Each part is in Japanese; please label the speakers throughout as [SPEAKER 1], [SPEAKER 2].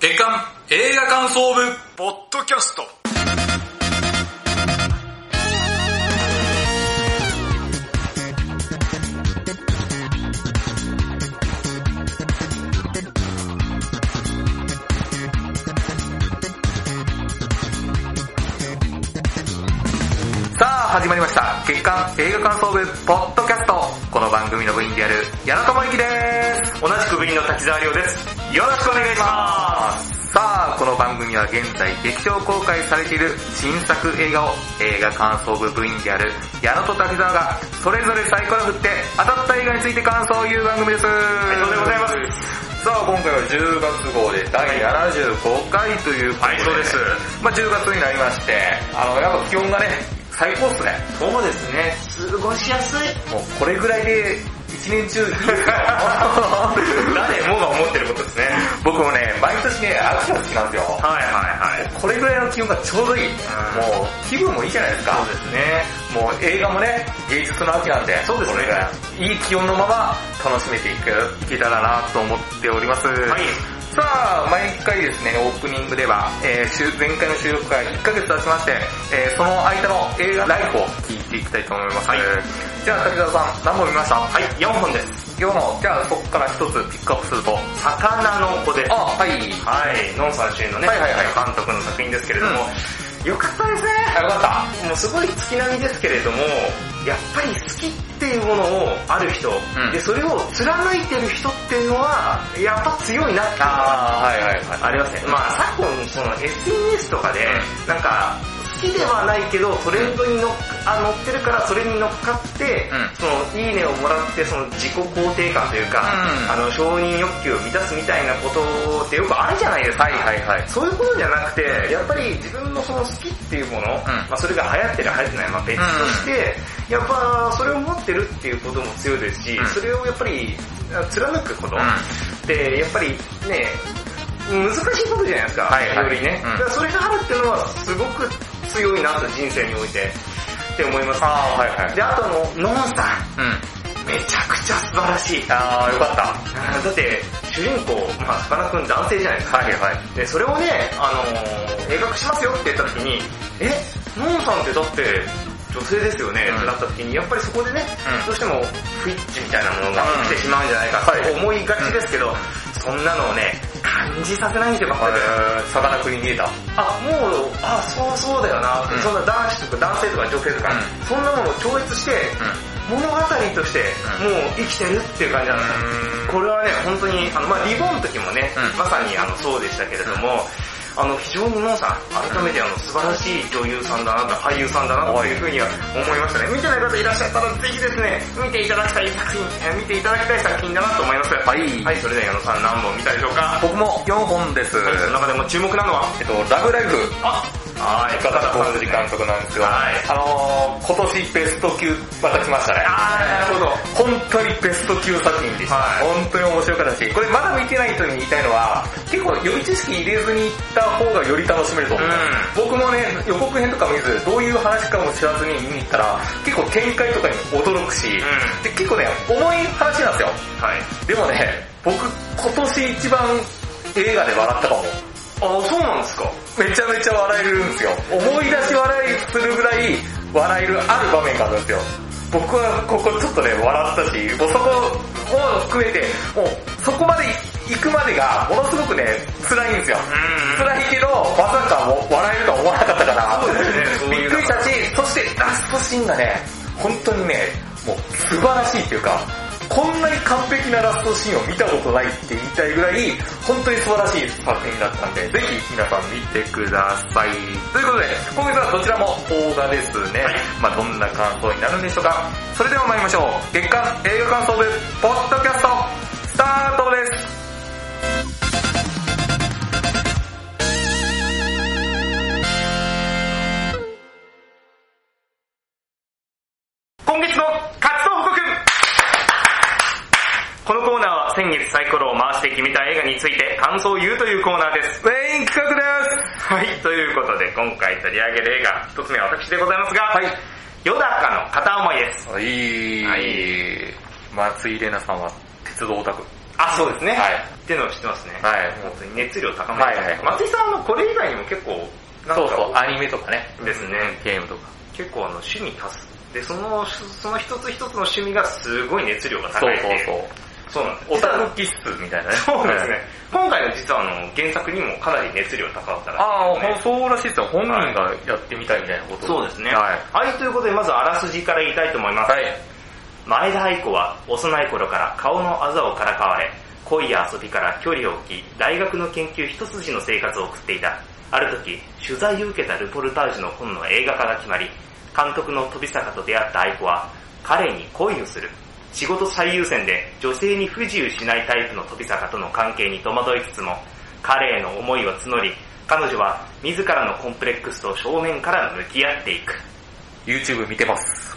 [SPEAKER 1] 間映画感想部
[SPEAKER 2] ポッドキャスト
[SPEAKER 1] さあ始まりました月間映画感想部ポッドキャストこの番組の部員である矢野智之です
[SPEAKER 3] 同じく部員の滝沢亮です。
[SPEAKER 1] よろしくお願いしますさあこの番組は現在劇場公開されている新作映画を映画感想部部員である矢野と滝沢がそれぞれサイコロ振って当たった映画について感想を言う番組ですあ
[SPEAKER 3] ありがとうございます。
[SPEAKER 1] さあ今回は10月号で第75回ということで、
[SPEAKER 3] はいそうです
[SPEAKER 1] まあ10月になりましてあのやっぱ気温がね最高っすね
[SPEAKER 3] そうですね。
[SPEAKER 1] ね
[SPEAKER 3] 過ごしやすい。
[SPEAKER 1] もうこれぐらいで一年中いいですよ
[SPEAKER 3] 誰もが思ってることですね。
[SPEAKER 1] 僕もね毎年ね秋が好きなんですよ
[SPEAKER 3] はいはいはい。
[SPEAKER 1] これぐらいの気温がちょうどいい、もう気分もいいじゃないですか
[SPEAKER 3] そうですね。
[SPEAKER 1] もう映画もね芸術の秋なんで
[SPEAKER 3] そうです
[SPEAKER 1] こ
[SPEAKER 3] ね
[SPEAKER 1] れがいい気温のまま楽しめていけいけたらなと思っております、
[SPEAKER 3] はい。
[SPEAKER 1] さあ、毎回ですね、オープニングでは、えー週前回の収録から1ヶ月経ちまして、えーその間の映画ライフを聞いていきたいと思います。
[SPEAKER 3] はい
[SPEAKER 1] じゃあ、滝沢さん、何本見ましたは
[SPEAKER 3] はい、。4本です。
[SPEAKER 1] 今日の、じゃあそこから1つピックアップすると。
[SPEAKER 3] 魚の子です。
[SPEAKER 1] あ、はい。
[SPEAKER 3] はい、ノンさん主演のね、
[SPEAKER 1] はいはいはい
[SPEAKER 3] 監督の作品ですけれども、よかったですね。
[SPEAKER 1] あ、よかっ
[SPEAKER 3] もうすごい月並みですけれども、やっぱり好きっていうものをある人、
[SPEAKER 1] うん
[SPEAKER 3] で、それを貫いてる人っていうのは、やっぱ強いなっていう
[SPEAKER 1] た。
[SPEAKER 3] の
[SPEAKER 1] あ
[SPEAKER 3] は
[SPEAKER 1] ー、はいはいはい。
[SPEAKER 3] ありますね。まあ昨今、その SNS とかで、
[SPEAKER 1] う
[SPEAKER 3] なんか、好きではないけど、トレンドに乗っあ乗ってるから、それに乗っかって、
[SPEAKER 1] うん
[SPEAKER 3] その、いいねをもらって、その、自己肯定感というか、
[SPEAKER 1] うん
[SPEAKER 3] あの、承認欲求を満たすみたいなことってよくあるじゃないですか。
[SPEAKER 1] はいはいはい。
[SPEAKER 3] そういうことじゃなくて、やっぱり自分のその好きっていうもの、まあそれが流行ってる流行ってない、まあ別として、やっぱそれを持ってるっていうことも強いですし、
[SPEAKER 1] うん
[SPEAKER 3] それをやっぱり貫くこと、
[SPEAKER 1] う
[SPEAKER 3] で、やっぱりね、難しいことじゃないですか、
[SPEAKER 1] はいはい
[SPEAKER 3] よりね。
[SPEAKER 1] うん
[SPEAKER 3] だからそれがあるっていうのはすごく強いなと人生において、って思います、ね。
[SPEAKER 1] あーはいはい
[SPEAKER 3] で、あとあの、ノンさ
[SPEAKER 1] うん。
[SPEAKER 3] ん、めちゃくちゃ素晴らしい。
[SPEAKER 1] あー、よかった。
[SPEAKER 3] だって、主人公、まあ、さかなクン男性じゃないですか。
[SPEAKER 1] はいはい。
[SPEAKER 3] で、それをね、あのー、映画化しますよって言った時に、え、ノンさんってだって、女性ですよね、
[SPEAKER 1] うん
[SPEAKER 3] ってなった時に、やっぱりそこでね、
[SPEAKER 1] うん
[SPEAKER 3] どうしても不一致みたいなものが起きてしまうんじゃないか
[SPEAKER 1] うんはい
[SPEAKER 3] と思いがちですけど、そんなのをね、感じさせないんですよ、ばっかり。
[SPEAKER 1] えー、さかなクンに見えた。
[SPEAKER 3] あ、もう、あ、そうそうだよな、って
[SPEAKER 1] うん
[SPEAKER 3] そんな男子とか男性とか女性とか、
[SPEAKER 1] う
[SPEAKER 3] そんなものを超越して、物語として、
[SPEAKER 1] う
[SPEAKER 3] もう生きてるっていう感じなんですよ。これはね、本当に、あの、まあリボンの時もね、
[SPEAKER 1] うん
[SPEAKER 3] まさにあの、そうでしたけれども、あの、非常にノンさん、改めてあの、素晴らしい女優さんだなと、俳優さんだなというふうには思いましたね。見てない方いらっしゃったら、ぜひですね、見ていただきたい作品、えー見ていただきたい作品だなと思います。はいはい、それでは矢野さん何本見たでしょうか
[SPEAKER 1] 僕も4本です。
[SPEAKER 3] はい、その中でも注目なのは、
[SPEAKER 1] えっと、ラブライフ。
[SPEAKER 3] あはい、
[SPEAKER 1] 岡田浩
[SPEAKER 3] さん
[SPEAKER 1] 二監督なんですよ。
[SPEAKER 3] はい
[SPEAKER 1] あのー、今年ベスト級また来ましたね。
[SPEAKER 3] あーなるほ
[SPEAKER 1] 本
[SPEAKER 3] ど
[SPEAKER 1] 当にベスト級作品でした。
[SPEAKER 3] はい
[SPEAKER 1] 本当に面白かったし、これまだ見てない人に言いたいのは、結構予備知識入れずに行った方がより楽しめると思う。僕もね、予告編とか見ず、どういう話かも知らずに見に行ったら、結構展開とかに驚くし、
[SPEAKER 3] ん
[SPEAKER 1] で結構ね、重い話なんですよ。
[SPEAKER 3] はい。
[SPEAKER 1] でもね、僕今年一番映画で笑ったかも。
[SPEAKER 3] あ、そうなんですか
[SPEAKER 1] めちゃめちゃ笑えるんですよ。思い出し笑いするぐらい笑えるある場面があるんですよ。僕はここちょっとね、笑ったし、もうそこを含めて、もうそこまで行くまでがものすごくね、辛いんですよ。
[SPEAKER 3] うん。
[SPEAKER 1] 辛いけど、まさかもう笑えるとは思わなかったから、
[SPEAKER 3] そうですねそう
[SPEAKER 1] び
[SPEAKER 3] い
[SPEAKER 1] っ
[SPEAKER 3] う
[SPEAKER 1] く
[SPEAKER 3] の
[SPEAKER 1] りしたし、そしてラストシーンがね、本当にね、もう素晴らしいっていうか、こんなに完璧なラストシーンを見たことないって言いたいぐらい、本当に素晴らしい作品だったんで、ぜひ皆さん見てください。ということで、今月はどちらも邦画ですね。まあどんな感想になるんでしょうか。それでは参りましょう。月間映画感想部、ポッドキャスト、スタートです。
[SPEAKER 3] 今月の活動報告このコーナーは先月サイコロを回して決めた映画について感想を言うというコーナーです。
[SPEAKER 1] ウェイン企画です。
[SPEAKER 3] はい、ということで今回取り上げる映画、一つ目は私でございますが、
[SPEAKER 1] はい。
[SPEAKER 3] よだかの片思いです。
[SPEAKER 1] はい。
[SPEAKER 3] は
[SPEAKER 1] 松井玲奈さんは鉄道オタク。
[SPEAKER 3] あ、そうですね。
[SPEAKER 1] はい
[SPEAKER 3] っていうのを知ってますね。
[SPEAKER 1] はい
[SPEAKER 3] 本当に熱量高まる。
[SPEAKER 1] はいはい
[SPEAKER 3] 松井さんはこれ以外にも結構、なん
[SPEAKER 1] そう
[SPEAKER 3] か
[SPEAKER 1] そう、アニメとかね。
[SPEAKER 3] ですね
[SPEAKER 1] ゲームとか。
[SPEAKER 3] 結構あの趣味多数。で、その、その一つ一つの趣味がすごい熱量が
[SPEAKER 1] そ
[SPEAKER 3] 高
[SPEAKER 1] う
[SPEAKER 3] い
[SPEAKER 1] そう
[SPEAKER 3] う。
[SPEAKER 1] そ
[SPEAKER 3] そうなんです。
[SPEAKER 1] う。オタク気質みたいなね。
[SPEAKER 3] そうですね。今回の実はあの原作にもかなり熱量高かったらし
[SPEAKER 1] あ
[SPEAKER 3] い
[SPEAKER 1] あ、
[SPEAKER 3] ですね。
[SPEAKER 1] そうらしいですよ。本人がやってみたいみたいなこと。
[SPEAKER 3] そうですね。
[SPEAKER 1] はい。
[SPEAKER 3] はい、ということでまずあらすじから言いたいと思います。
[SPEAKER 1] はい。
[SPEAKER 3] 前田愛子は幼い頃から顔のあざをからかわれ、恋や遊びから距離を置き、大学の研究一筋の生活を送っていた。ある時、取材を受けたルポルタージュの本の映画化が決まり、監督の飛坂と出会った愛子は、彼に恋をする。仕事最優先で女性に不自由しないタイプの飛坂との関係に戸惑いつつも、彼への思いを募り、彼女は自らのコンプレックスと正面から向き合っていく。
[SPEAKER 1] YouTube 見てます。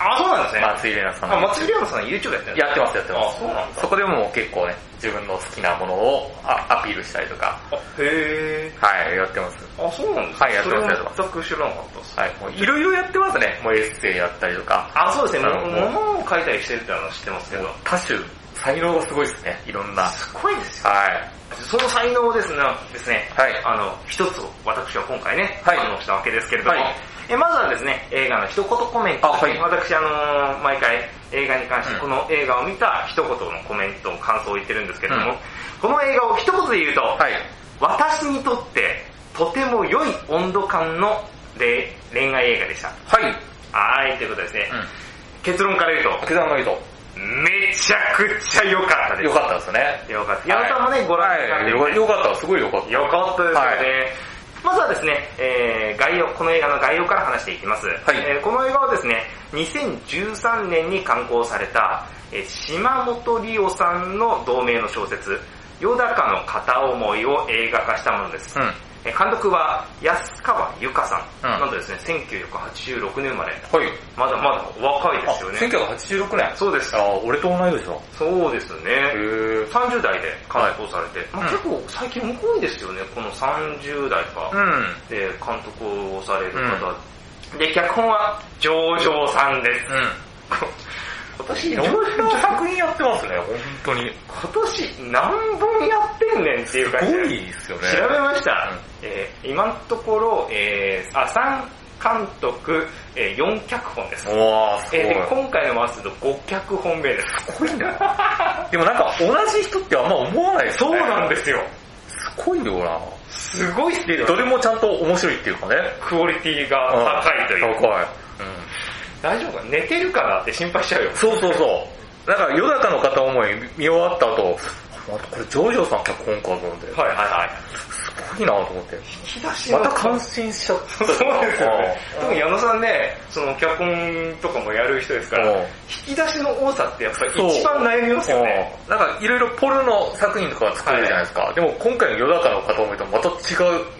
[SPEAKER 3] あ、そうなんですね。
[SPEAKER 1] 松井玲奈さん
[SPEAKER 3] あ、
[SPEAKER 1] の。
[SPEAKER 3] 松井亮さん YouTube やってるんですか
[SPEAKER 1] やってます、やってま
[SPEAKER 3] あ、そうなん
[SPEAKER 1] す。
[SPEAKER 3] だ。
[SPEAKER 1] そこでもう結構ね、自分の好きなものをあアピールしたりとか、
[SPEAKER 3] あ、へ
[SPEAKER 1] はい、やってます。
[SPEAKER 3] ー。あ、そうなんです
[SPEAKER 1] はいやってますやってます
[SPEAKER 3] それは全く知らなかったです。
[SPEAKER 1] はい、もういろいろやってますね。もうエッセイやったりとか、
[SPEAKER 3] あ、そうですね。
[SPEAKER 1] うん
[SPEAKER 3] も物を書いたりしてるってのは知ってますけど。
[SPEAKER 1] 多種、才能がすごいですね、いろんな。はい。
[SPEAKER 3] すごいですよ。
[SPEAKER 1] はい。
[SPEAKER 3] その才能をですね、ですね、
[SPEAKER 1] はい
[SPEAKER 3] あの、一つを私は今回ね、
[SPEAKER 1] はい
[SPEAKER 3] 反応したわけですけれども、
[SPEAKER 1] はい
[SPEAKER 3] えまずはですね、映画の一言コメント。
[SPEAKER 1] あはい
[SPEAKER 3] 私、あのー毎回映画に関し
[SPEAKER 1] う
[SPEAKER 3] て
[SPEAKER 1] ん
[SPEAKER 3] この映画を見た一言のコメント、感想を言ってるんですけれども、
[SPEAKER 1] うん
[SPEAKER 3] この映画を一言で言うと、
[SPEAKER 1] はい。
[SPEAKER 3] 私にとってとても良い温度感のれ恋愛映画でした。はい、ということですね。
[SPEAKER 1] う。
[SPEAKER 3] 結論から言うん
[SPEAKER 1] 決断のいいと。
[SPEAKER 3] と、めちゃくちゃ良かったです。
[SPEAKER 1] よかったですね。
[SPEAKER 3] よかった。
[SPEAKER 1] は
[SPEAKER 3] 矢
[SPEAKER 1] い
[SPEAKER 3] 野さんもね、ご覧になっ
[SPEAKER 1] はい、
[SPEAKER 3] て
[SPEAKER 1] よかよかった、すごいよかった。
[SPEAKER 3] よかったですよね。
[SPEAKER 1] はい
[SPEAKER 3] まずはですね、えー、概要、この映画の概要から話していきます。えーこの映画はですね、2013年に刊行された、えー島本理夫さんの同名の小説、よだかの片思いを映画化したものです。
[SPEAKER 1] うん。
[SPEAKER 3] えー監督は安川由香さん。
[SPEAKER 1] うん
[SPEAKER 3] なんとですね、1986年生まれ。
[SPEAKER 1] はい。
[SPEAKER 3] まだまだお若いですよね。
[SPEAKER 1] あ、1986年。
[SPEAKER 3] そうです。
[SPEAKER 1] あ、俺と同い年だ。
[SPEAKER 3] そうですね。
[SPEAKER 1] へー
[SPEAKER 3] 30代で監督をされて、ま
[SPEAKER 1] う
[SPEAKER 3] あ、
[SPEAKER 1] ん
[SPEAKER 3] 結構最近多いですよね、この30代か、
[SPEAKER 1] うん。
[SPEAKER 3] で監督をされる方、で、脚本は、ジョージョーさんで
[SPEAKER 1] う
[SPEAKER 3] す。今年、
[SPEAKER 1] ん。い
[SPEAKER 3] ジョ
[SPEAKER 1] ろ
[SPEAKER 3] ージョ
[SPEAKER 1] んな
[SPEAKER 3] ーさん、
[SPEAKER 1] 作品やってますね、本当に。
[SPEAKER 3] 今年何本やってんねんっていう
[SPEAKER 1] す
[SPEAKER 3] 感じ
[SPEAKER 1] ご
[SPEAKER 3] で
[SPEAKER 1] いですよね。
[SPEAKER 3] 調べました。
[SPEAKER 1] うん
[SPEAKER 3] えー今のところ、えー、あ、3監督、えー、4脚本です。
[SPEAKER 1] うわー、すご
[SPEAKER 3] え
[SPEAKER 1] い。
[SPEAKER 3] ーで、今回の回数と5脚本目です。
[SPEAKER 1] すごい な。でもなんか同じ人ってあんま思わないですね。。
[SPEAKER 3] そうなんですすよ。
[SPEAKER 1] すごいよな。
[SPEAKER 3] すごいスピード
[SPEAKER 1] どれもちゃんと面白いっていうかね。
[SPEAKER 3] クオリティが高いという。
[SPEAKER 1] うん高い。
[SPEAKER 3] 大丈夫か寝てるかなって心配しちゃうよ
[SPEAKER 1] うん。。そうそうそう。なんか夜中の片思い見終わった後、あこれジョージョさん脚本かと思って、
[SPEAKER 3] はいはいはい。
[SPEAKER 1] すごいなと思って。
[SPEAKER 3] 引き出し
[SPEAKER 1] ま
[SPEAKER 3] の
[SPEAKER 1] た感心しちゃった。
[SPEAKER 3] そうですよね。
[SPEAKER 1] う
[SPEAKER 3] 特
[SPEAKER 1] ん
[SPEAKER 3] に矢野さんね、その脚本とかもやる人ですか
[SPEAKER 1] う
[SPEAKER 3] ら
[SPEAKER 1] ん、
[SPEAKER 3] 引き出しの多さってやっぱり
[SPEAKER 1] そう
[SPEAKER 3] 一番悩みますよね。
[SPEAKER 1] うんなんかいろいろポルノ作品とか作るじゃないですか。でも今回の夜中の片思いとまた違う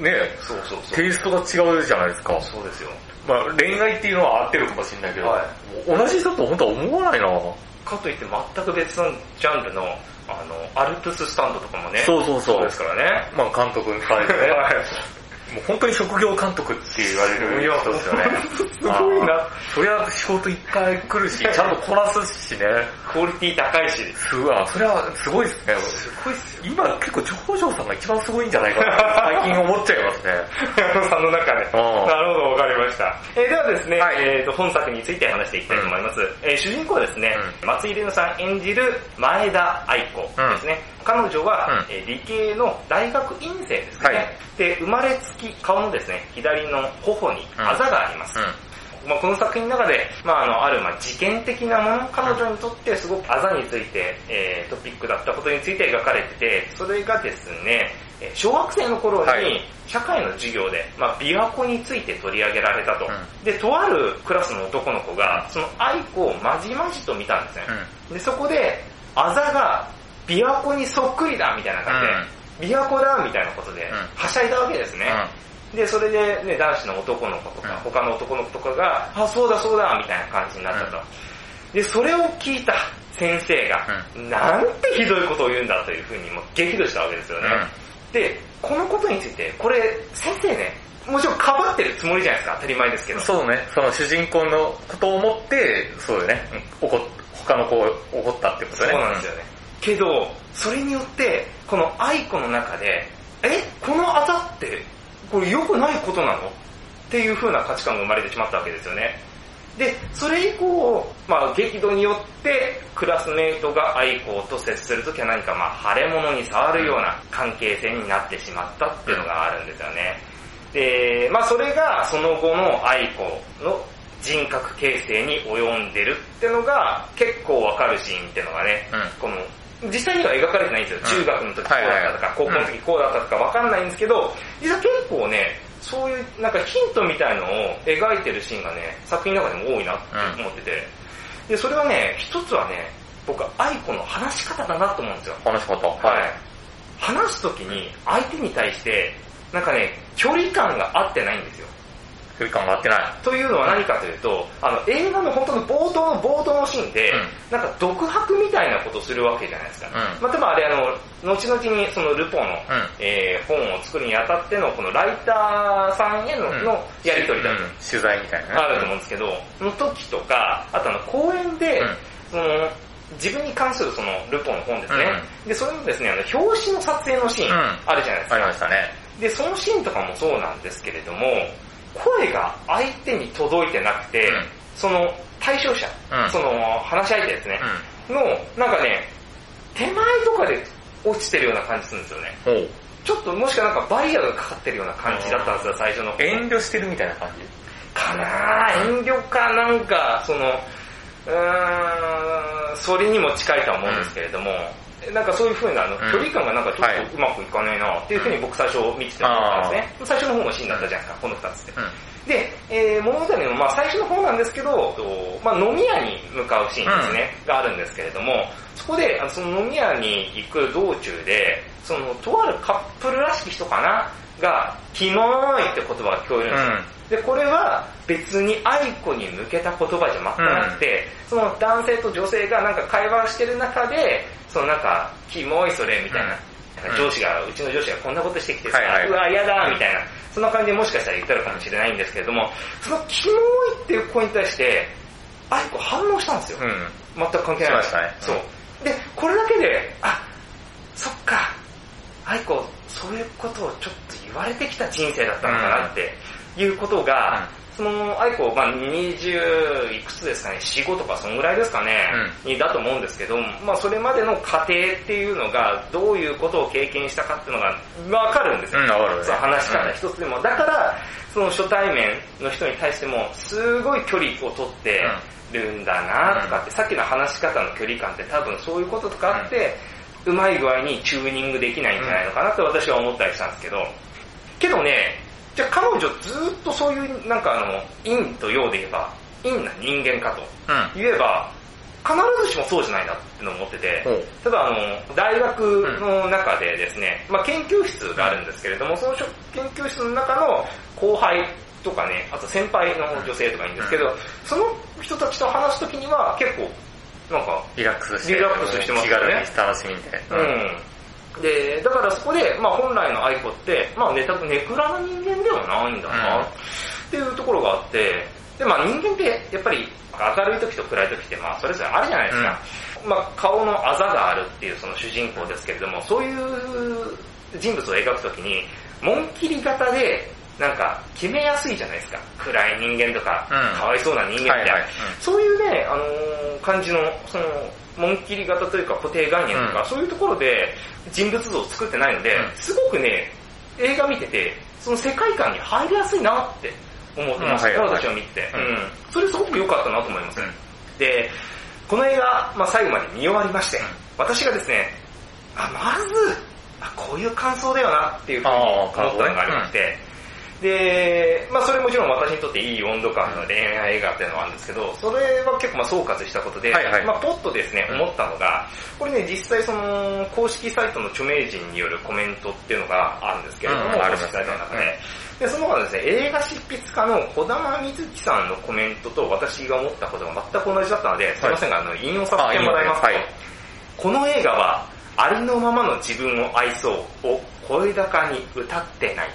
[SPEAKER 1] ね、
[SPEAKER 3] そうそうそう。
[SPEAKER 1] テイストが違うじゃないですか。
[SPEAKER 3] そうですよ。
[SPEAKER 1] まあ恋愛っていうのは合ってるかもしれないけど、
[SPEAKER 3] は
[SPEAKER 1] 同じ人と本当は思わないな、
[SPEAKER 3] かといって全く別のジャンルの、あの、アルプススタンドとかもね、
[SPEAKER 1] そうそうそう
[SPEAKER 3] そうですからね。
[SPEAKER 1] まあ監督に関して ね。もう本当に職業監督って言われる人ですよね。
[SPEAKER 3] すごい
[SPEAKER 1] あ
[SPEAKER 3] な。
[SPEAKER 1] ー。そりゃ仕事いっぱい来る し、ちゃんとこなすしね。
[SPEAKER 3] クオリティ高いし。
[SPEAKER 1] すごい、それはすごいですね。
[SPEAKER 3] すごいっすよ。
[SPEAKER 1] 今結構、上場さんが一番すごいんじゃないか なって最近思っちゃいますね。
[SPEAKER 3] 矢野さんの中で。
[SPEAKER 1] うん
[SPEAKER 3] なるほど、わかりました。えーではですね、
[SPEAKER 1] はい
[SPEAKER 3] えーと本作について話していきたいと思います。えー主人公はですね、松井玲奈さん演じる前田愛子ですね。彼女は、
[SPEAKER 1] う
[SPEAKER 3] えー理系の大学院生ですね、
[SPEAKER 1] はい
[SPEAKER 3] で、生まれつき顔のですね、左の頬に
[SPEAKER 1] うん
[SPEAKER 3] あざがあります。まあ、この作品の中で、まあ、あのあるまあ事件的なもの彼女にとってすごくあざについて、えートピックだったことについて描かれててそれがですねえー小学生の頃に
[SPEAKER 1] はい
[SPEAKER 3] 社会の授業で、まあ、琵琶湖について取り上げられたと、
[SPEAKER 1] うん
[SPEAKER 3] でとあるクラスの男の子がその愛子をまじまじと見たんですね、でそこであざが琵琶湖にそっくりだみたいな感じで、琵琶湖だみたいなことで、
[SPEAKER 1] ん
[SPEAKER 3] はしゃいだわけですね、で、それでね、男子の男の子とか、
[SPEAKER 1] うん
[SPEAKER 3] 他の男の子とかが、あ、そうだそうだ、みたいな感じになったと。で、それを聞いた先生が、なんてひどいことを言うんだというふうに、もう激怒したわけですよね。で、このことについて、これ、先生ね、もちろんかばってるつもりじゃないですか、当たり前ですけど。
[SPEAKER 1] そうね、その主人公のことを思って、そうよね、怒っ他の子を怒ったってことね。
[SPEAKER 3] そうなんですよね。けど、それによって、この愛子の中で、えこのあざって、これ良くないことなのっていう風な価値観が生まれてしまったわけですよね。で、それ以降、まあ激怒によって、クラスメイトが愛子と接するときは何かまあ腫れ物に触るような関係性になってしまったっていうのがあるんですよね。で、まあそれがその後の愛子の人格形成に及んでるってのが結構わかるシーンってのがね、
[SPEAKER 1] うん
[SPEAKER 3] この実際には描かれてないんですよ。
[SPEAKER 1] うん
[SPEAKER 3] 中学の時こう
[SPEAKER 1] はいはい
[SPEAKER 3] だったとか、高校の時こうだったとかわかんないんですけど、実は結構ね、そういうなんかヒントみたいのを描いてるシーンがね、作品の中でも多いなって思ってて、で、それはね、一つはね、僕は愛子の話し方だなと思うんですよ。
[SPEAKER 1] 話し方。
[SPEAKER 3] はい。話すときに相手に対して、なんかね、距離感が合ってないんですよ。
[SPEAKER 1] 距離感が合ってない。
[SPEAKER 3] というのは何かというと、あの映画の本当の冒頭の冒頭のシーンで、なんか独白みたいなことするわけじゃないですか。
[SPEAKER 1] う
[SPEAKER 3] まあ、例えばあれあの、後々にそのルポの、
[SPEAKER 1] うん。
[SPEAKER 3] えー本を作るにあたってのこのライターさんへの,、
[SPEAKER 1] うん
[SPEAKER 3] のやりとりだ
[SPEAKER 1] うん取材みたいなね。
[SPEAKER 3] とあると思うんですけど、の時とか、あとあの公演で、
[SPEAKER 1] うん
[SPEAKER 3] その自分に関するそのルポの本ですね。で、それのですね、あの表紙の撮影のシーン、
[SPEAKER 1] うん
[SPEAKER 3] あるじゃないですか。
[SPEAKER 1] ありましたね。
[SPEAKER 3] で、そのシーンとかもそうなんですけれども、声が相手に届いてなくて、
[SPEAKER 1] うん
[SPEAKER 3] その対象者、
[SPEAKER 1] うん
[SPEAKER 3] その話し相手ですね、
[SPEAKER 1] う
[SPEAKER 3] の、なんかね、手前とかで落ちてるような感じするんですよね。
[SPEAKER 1] ん。ほう。
[SPEAKER 3] ちょっともしかなんかバリアがかかってるような感じだったんですよ、最初の方。
[SPEAKER 1] 遠慮してるみたいな感じ。
[SPEAKER 3] かなぁ、遠慮かなんか、その、うーん、それにも近いとは思うんですけれども、なんかそういう風なあの
[SPEAKER 1] うん
[SPEAKER 3] 距離感がなんかちょ
[SPEAKER 1] はい
[SPEAKER 3] っとうまくいかないなっていう風に僕最初見てたんですね。最初の方のシーンだったじゃないですか、この二つって。
[SPEAKER 1] う
[SPEAKER 3] で、えー物語のまあ最初の方なんですけど、とまあ、飲み屋に向かうシーンですね、があるんですけれども、そこで、あのその飲み屋に行く道中で、その、とあるカップルらしき人かな、が、キモーいって言葉が聞こえるんですよ。で、これは別に愛子に向けた言葉じゃ全くなくて、その男性と女性がなんか会話してる中で、そのなんか、キモいそれみたいな、なんか上司が、うちの上司がこんなことしてきてさ、
[SPEAKER 1] はいはいう
[SPEAKER 3] わ、嫌だみたいな、そんな感じでもしかしたら言ったのかもしれないんですけれども、そのキモいっていう声に対して、愛子反応したんですよ。
[SPEAKER 1] ん。うん。
[SPEAKER 3] 全く関係ない。
[SPEAKER 1] しましたね
[SPEAKER 3] そう。で、これだけで、あ、そっか、愛子、そういうことをちょっと言われてきた人生だったのかなっていうことが、その愛子、まあ20いくつですかね、4、5とかそんぐらいですかね、にだと思うんですけど、まあそれまでの過程っていうのが、どういうことを経験したかっていうのがわかるんですよ。
[SPEAKER 1] うん、わかるね。
[SPEAKER 3] その話し方一つでも。だから、その初対面の人に対しても、すごい距離を取ってるんだなとかって、さっきの話し方の距離感って多分そういうこととかあって、うまい具合にチューニングできないんじゃないのかなって私は思ったりしたんですけど、けどね、じゃあ彼女ずっとそういう、なんかあの、陰と陽で言えば、陰な人間かと
[SPEAKER 1] うん。
[SPEAKER 3] 言えば、必ずしもそうじゃないなってのを思ってて、
[SPEAKER 1] ほう。
[SPEAKER 3] ただあの、大学の中でですね、まあ研究室があるんですけれども、そのしょ研究室の中の後輩とかね、あと先輩の女性とかいいんですけど、その人たちと話すときには結構、なんか、
[SPEAKER 1] リラックスして。
[SPEAKER 3] リラックスしてます
[SPEAKER 1] 気
[SPEAKER 3] よ
[SPEAKER 1] 軽
[SPEAKER 3] ね
[SPEAKER 1] に楽しみみたいな。
[SPEAKER 3] うん。で、だからそこで、まあ本来の愛子って、まあネタ、ネクラな人間ではないんだ
[SPEAKER 1] うん
[SPEAKER 3] な、っていうところがあって、で、まあ人間ってやっぱり明るい時と暗い時ってまあそれぞれあるじゃないですか。まあ顔のあざがあるっていうその主人公ですけれども、そういう人物を描くときに、紋切り型で、なんか決めやすいじゃないですか。暗い人間とか、
[SPEAKER 1] うん
[SPEAKER 3] かわいそうな人間み
[SPEAKER 1] は
[SPEAKER 3] たい
[SPEAKER 1] い
[SPEAKER 3] な
[SPEAKER 1] はい。。
[SPEAKER 3] そういうね、あのー感じの、その、紋切り型というか固定概念とか、そういうところで人物像を作ってないので、
[SPEAKER 1] うん
[SPEAKER 3] すごくね、映画見てて、その世界観に入りやすいなって思ってました、
[SPEAKER 1] うんはいはい
[SPEAKER 3] 私は見てて、
[SPEAKER 1] うん
[SPEAKER 3] うんそれすごく良かったなと思います。
[SPEAKER 1] うん
[SPEAKER 3] で、この映画、まあ、最後まで見終わりまして、私がですね、あ、まず、あこういう感想だよなっていうふうに思ったのがありまして、で、まあそれもちろん私にとっていい温度感の恋愛映画っていうのはあるんですけど、それは結構まあ総括したことで、
[SPEAKER 1] はいはい
[SPEAKER 3] まあポッとですね、思ったのが、これね、実際その公式サイトの著名人によるコメントっていうのがあるんですけれども、
[SPEAKER 1] うんあり
[SPEAKER 3] 公
[SPEAKER 1] ます
[SPEAKER 3] 式サイトの中で。で、その他ですね、映画執筆家の小玉瑞希さんのコメントと私が思ったことが全く同じだったので、すいませんが、あの、引用させてもらいますと、
[SPEAKER 1] あいいよはい
[SPEAKER 3] この映画は、ありのままの自分を愛そうを声高に歌ってない。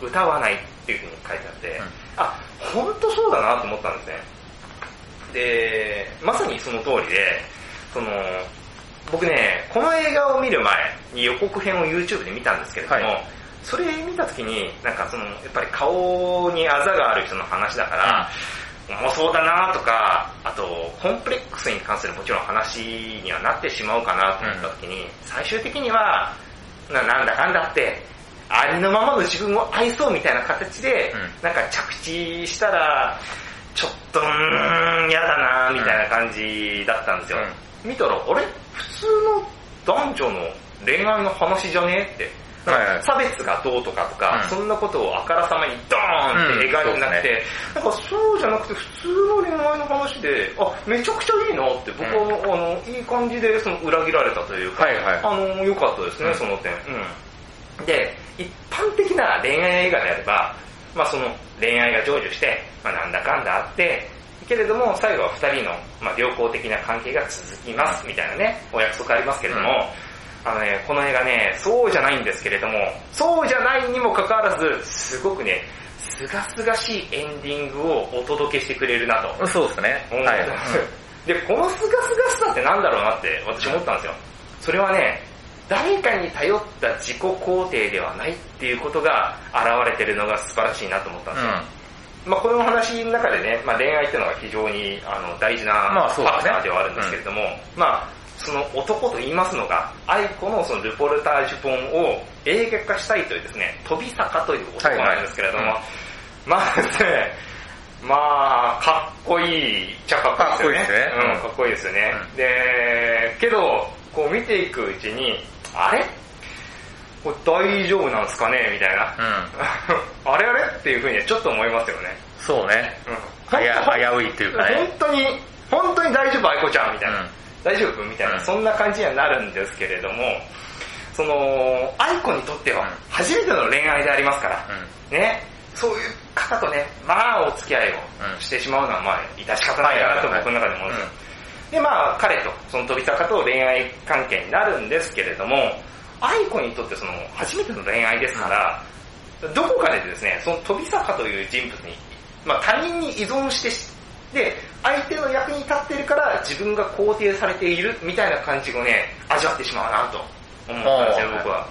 [SPEAKER 1] うん。
[SPEAKER 3] 歌わないっていうふうに書いてあって、
[SPEAKER 1] ん
[SPEAKER 3] あ、ほんとそうだなと思ったんですね。で、まさにその通りで、その、僕ね、この映画を見る前に予告編を YouTube で見たんですけれども、
[SPEAKER 2] はい
[SPEAKER 3] それ見た時に、なんかその、やっぱり顔にあざがある人の話だから、重そうだなとか、あと、コンプレックスに関するもちろん話にはなってしまうかなと思った時に、最終的には、ななんだかんだって、ありのままの自分を愛そうみたいな形で、
[SPEAKER 2] うん
[SPEAKER 3] なんか着地したら、ちょっと、うーん、嫌だなみたいな感じだったんですよ。見たら、あれ普通の男女の恋愛の話じゃねって。
[SPEAKER 2] はいはい
[SPEAKER 3] 差別がどうとかとか、
[SPEAKER 2] うん
[SPEAKER 3] そんなことをあからさまにドーンって描いてなくて、なんかそうじゃなくて普通の恋愛の話で、あ、めちゃくちゃいいなって僕は、あの、いい感じでその裏切られたというか、
[SPEAKER 2] はいはい
[SPEAKER 3] あの、良かったですね、
[SPEAKER 2] うん
[SPEAKER 3] その点。うん。で、一般的な恋愛映画であれば、まあその恋愛が成就して、まあなんだかんだあって、けれども最後は二人の、まあ、良好的な関係が続きますみたいなね、お約束ありますけれども、あのね、この映画ね、そうじゃないんですけれども、そうじゃないにもかかわらず、すごくね、すがすがしいエンディングをお届けしてくれるなと
[SPEAKER 2] うん。そうですね。
[SPEAKER 3] 思
[SPEAKER 2] は
[SPEAKER 3] っ
[SPEAKER 2] い
[SPEAKER 3] てます。で、このすがすがしさってなんだろうなって私思ったんですよ。それはね、誰かに頼った自己肯定ではないっていうことが現れてるのが素晴らしいなと思ったん
[SPEAKER 2] うん
[SPEAKER 3] ですよ。まあ、この話の中でね、まあ、恋愛っていうのは非常にあの大事な
[SPEAKER 2] まあ
[SPEAKER 3] フ
[SPEAKER 2] そ
[SPEAKER 3] ァ
[SPEAKER 2] うだね
[SPEAKER 3] クターではあるんですけれども、まあ、その男と言いますのが、愛子のそのルポルタージュポンを映画化したいというですね、飛び坂という男なんですけれども、
[SPEAKER 2] はいは
[SPEAKER 3] まあですね、まあ、かっこいいっちゃかっこいいですよね。
[SPEAKER 2] かっこいいですね
[SPEAKER 3] うん、かっこいいですよね。
[SPEAKER 2] う
[SPEAKER 3] で、けど、こう見ていくうちに、あれこれ大丈夫なんですかねみたいな。
[SPEAKER 2] うん。
[SPEAKER 3] あれあれっていうふうにはちょっと思いますよね。
[SPEAKER 2] そうね。
[SPEAKER 3] うん
[SPEAKER 2] はや危ういっていうかね。
[SPEAKER 3] 本当に、本当に大丈夫、愛子ちゃんみたいな。
[SPEAKER 2] うん
[SPEAKER 3] 大丈夫みたいな、
[SPEAKER 2] うん
[SPEAKER 3] そんな感じにはなるんですけれども、その、愛子にとっては
[SPEAKER 2] うん
[SPEAKER 3] 初めての恋愛でありますから、ね、そういう方とね、まあお付き合い
[SPEAKER 2] う
[SPEAKER 3] を
[SPEAKER 2] ん
[SPEAKER 3] してしまうのはまあ致し方な
[SPEAKER 2] はいは
[SPEAKER 3] いかなと
[SPEAKER 2] いはい
[SPEAKER 3] 僕の中で思うんですよ。で、まあ彼と、その飛び坂と恋愛関係になるんですけれども、愛子にとってその初めての恋愛ですから、どこかでですね、その飛び坂という人物に、まあ他人に依存してしで、相手の役に立ってるから自分が肯定されているみたいな感じをね、味わってしまうなと思ったんですよ
[SPEAKER 2] お、ー
[SPEAKER 3] 僕は。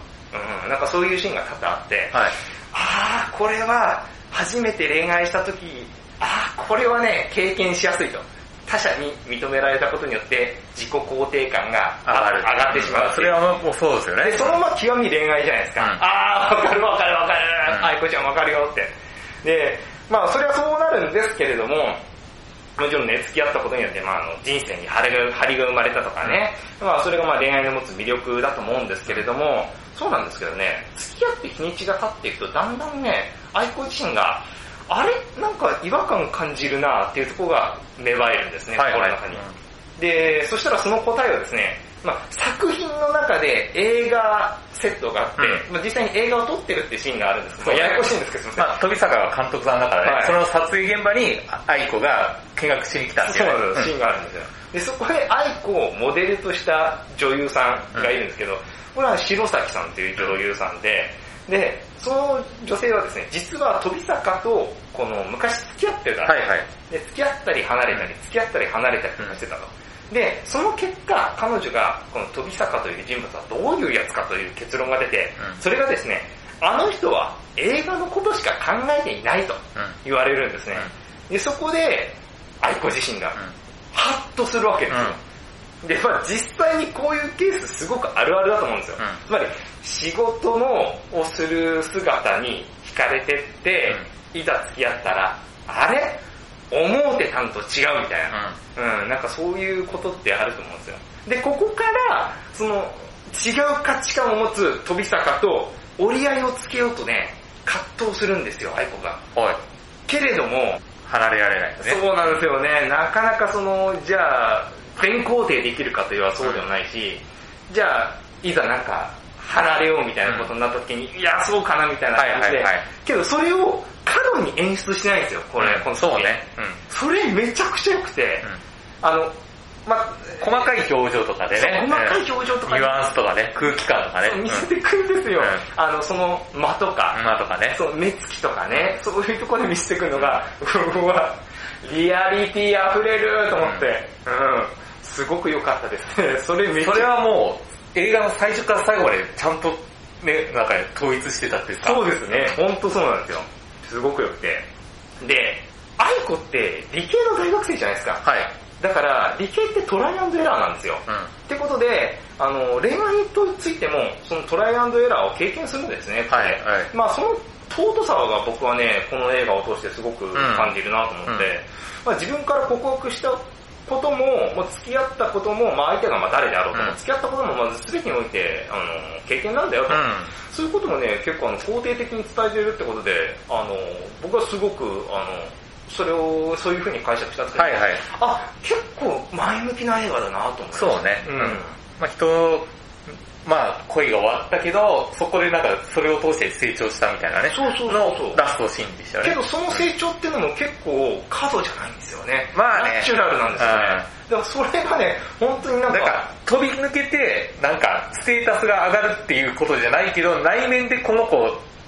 [SPEAKER 3] うん、なんかそういうシーンが多々あって、
[SPEAKER 2] はい。
[SPEAKER 3] ああ、これは初めて恋愛した時ああ、これはね、経験しやすいと。他者に認められたことによって自己肯定感が上がる上がってしまうっていう。
[SPEAKER 2] それはもうそうですよね。
[SPEAKER 3] で、そのまま極み恋愛じゃないですか。
[SPEAKER 2] うん
[SPEAKER 3] あー、わかるわかるわかる
[SPEAKER 2] う。ん
[SPEAKER 3] 愛子ちゃんわかるよって。で、まあ、それはそうなるんですけれども、もちろんね、付き合ったことによって、まあ、あの人生に張りが張りが生まれたとかね、まあ、それがまあ恋愛の持つ魅力だと思うんですけれども、そうなんですけどね、付き合って日にちが経っていくと、だんだんね、愛子自身が、あれなんか違和感感じるなっていうところが芽生えるんですね、
[SPEAKER 2] はい
[SPEAKER 3] 心
[SPEAKER 2] は
[SPEAKER 3] の
[SPEAKER 2] い
[SPEAKER 3] 中に。で、そしたらその答えはですね、まあ、作品の中で映画セットがあって、
[SPEAKER 2] う
[SPEAKER 3] まあ、実際に映画を撮ってるっていうシーンがあるんですけど、まあややこしいんですけど、すいません。
[SPEAKER 2] まあ、飛坂が監督さんだからね、
[SPEAKER 3] はい
[SPEAKER 2] その撮影現場に愛子が見学しに来たってい
[SPEAKER 3] そう
[SPEAKER 2] うね、
[SPEAKER 3] なんですよシーンがあるんですよ。で、そこで愛子をモデルとした女優さんがいるんですけど、これは白崎さんという女優さんで、で、その女性はですね、実は飛坂と、この昔付き合ってた、
[SPEAKER 2] はいはい。
[SPEAKER 3] で、付き合ったり離れたり、付き合ったり離れたりとかしてたと。で、その結果、彼女が、この飛坂という人物はどういうやつかという結論が出て、
[SPEAKER 2] うん
[SPEAKER 3] それがですね、あの人は映画のことしか考えていないと言われるんですね。で、そこで、愛子自身が、ハッとするわけですよ。で、まあ実際にこういうケースすごくあるあるだと思うんですよ。
[SPEAKER 2] うん
[SPEAKER 3] つまり、仕事のをする姿に惹かれてって、いざ付き合ったら、あれ思うてたんと違うみたいな。うん、なんかそういうことってあると思うんですよ。で、ここから、その、違う価値観を持つ飛坂と折り合いをつけようとね、葛藤するんですよ、愛子が。
[SPEAKER 2] うん。はい。
[SPEAKER 3] けれども、
[SPEAKER 2] 離れられないですね。
[SPEAKER 3] そうなんですよね。なかなかその、じゃあ、全肯定できるかといえばそうでもないし、じゃあ、いざなんか、離れようみたいなことになった時に、いや、そうかなみたいな感じで、
[SPEAKER 2] はいはいはい
[SPEAKER 3] けどそれを過度に演出しないんですよ、これ、
[SPEAKER 2] うん
[SPEAKER 3] この作
[SPEAKER 2] そ
[SPEAKER 3] 品
[SPEAKER 2] うね。うん
[SPEAKER 3] それめちゃくちゃ良くて、あの、まあ、
[SPEAKER 2] 細かい表情とかでね、
[SPEAKER 3] 細かい表情と
[SPEAKER 2] うん
[SPEAKER 3] か
[SPEAKER 2] ニュアンスとかね、空気感とかね、
[SPEAKER 3] 見せ
[SPEAKER 2] う
[SPEAKER 3] てくるんですよ。
[SPEAKER 2] う
[SPEAKER 3] あの、その間とか、
[SPEAKER 2] ん馬とかね。
[SPEAKER 3] そう、目つきとかね、そういうところで見せてくるのが、うわ、リアリティ溢れると思って、うん。すごく良かったですね。 それめっち
[SPEAKER 1] そ
[SPEAKER 3] ゃ
[SPEAKER 1] れはもう、映画の最初から最後までちゃんとね、なんか統一してたっていうか。
[SPEAKER 3] そうですね、ほんとそうなんですよ。すごく良くて。で、アイコって理系の大学生じゃないですか。
[SPEAKER 1] はい。
[SPEAKER 3] だから、理系ってトライアンドエラーなんですよ。
[SPEAKER 1] うん。
[SPEAKER 3] ってことで、あの、恋愛とついても、そのトライアンドエラーを経験するんですね。
[SPEAKER 1] はい。はい。
[SPEAKER 3] まあその尊さが僕はね、この映画を通してすごく感じるなと思って、
[SPEAKER 1] うんうん
[SPEAKER 3] まあ自分から告白したことも、まあ、付き合ったことも、まあ相手がまあ誰であろうとも、
[SPEAKER 1] うん
[SPEAKER 3] 付き合ったことも、まず全てにおいて、あの、経験なんだよと。そういうこともね、結構あの肯定的に伝えてるってことで、あの、僕はすごく、あの、それを、そういう風に解釈したんですけど、
[SPEAKER 1] はいはい。
[SPEAKER 3] あ、結構前向きな映画だなと思って。
[SPEAKER 1] そうね。
[SPEAKER 3] うん。
[SPEAKER 1] まあ人、まあ恋が終わったけど、そこでなんかそれを通して成長したみたいなね。
[SPEAKER 3] そうそうそうそう。
[SPEAKER 1] ラストシーンでしたよ
[SPEAKER 3] け
[SPEAKER 1] ね。
[SPEAKER 3] どその成長っていうのも結構過度じゃないんですよね。
[SPEAKER 1] まあね
[SPEAKER 3] ナチュラルなんですよね。だからそれがね、本当になん
[SPEAKER 1] うん。
[SPEAKER 3] か、
[SPEAKER 1] なんか飛び抜けて、なんかステータスが上がるっていうことじゃないけど、内面でこの子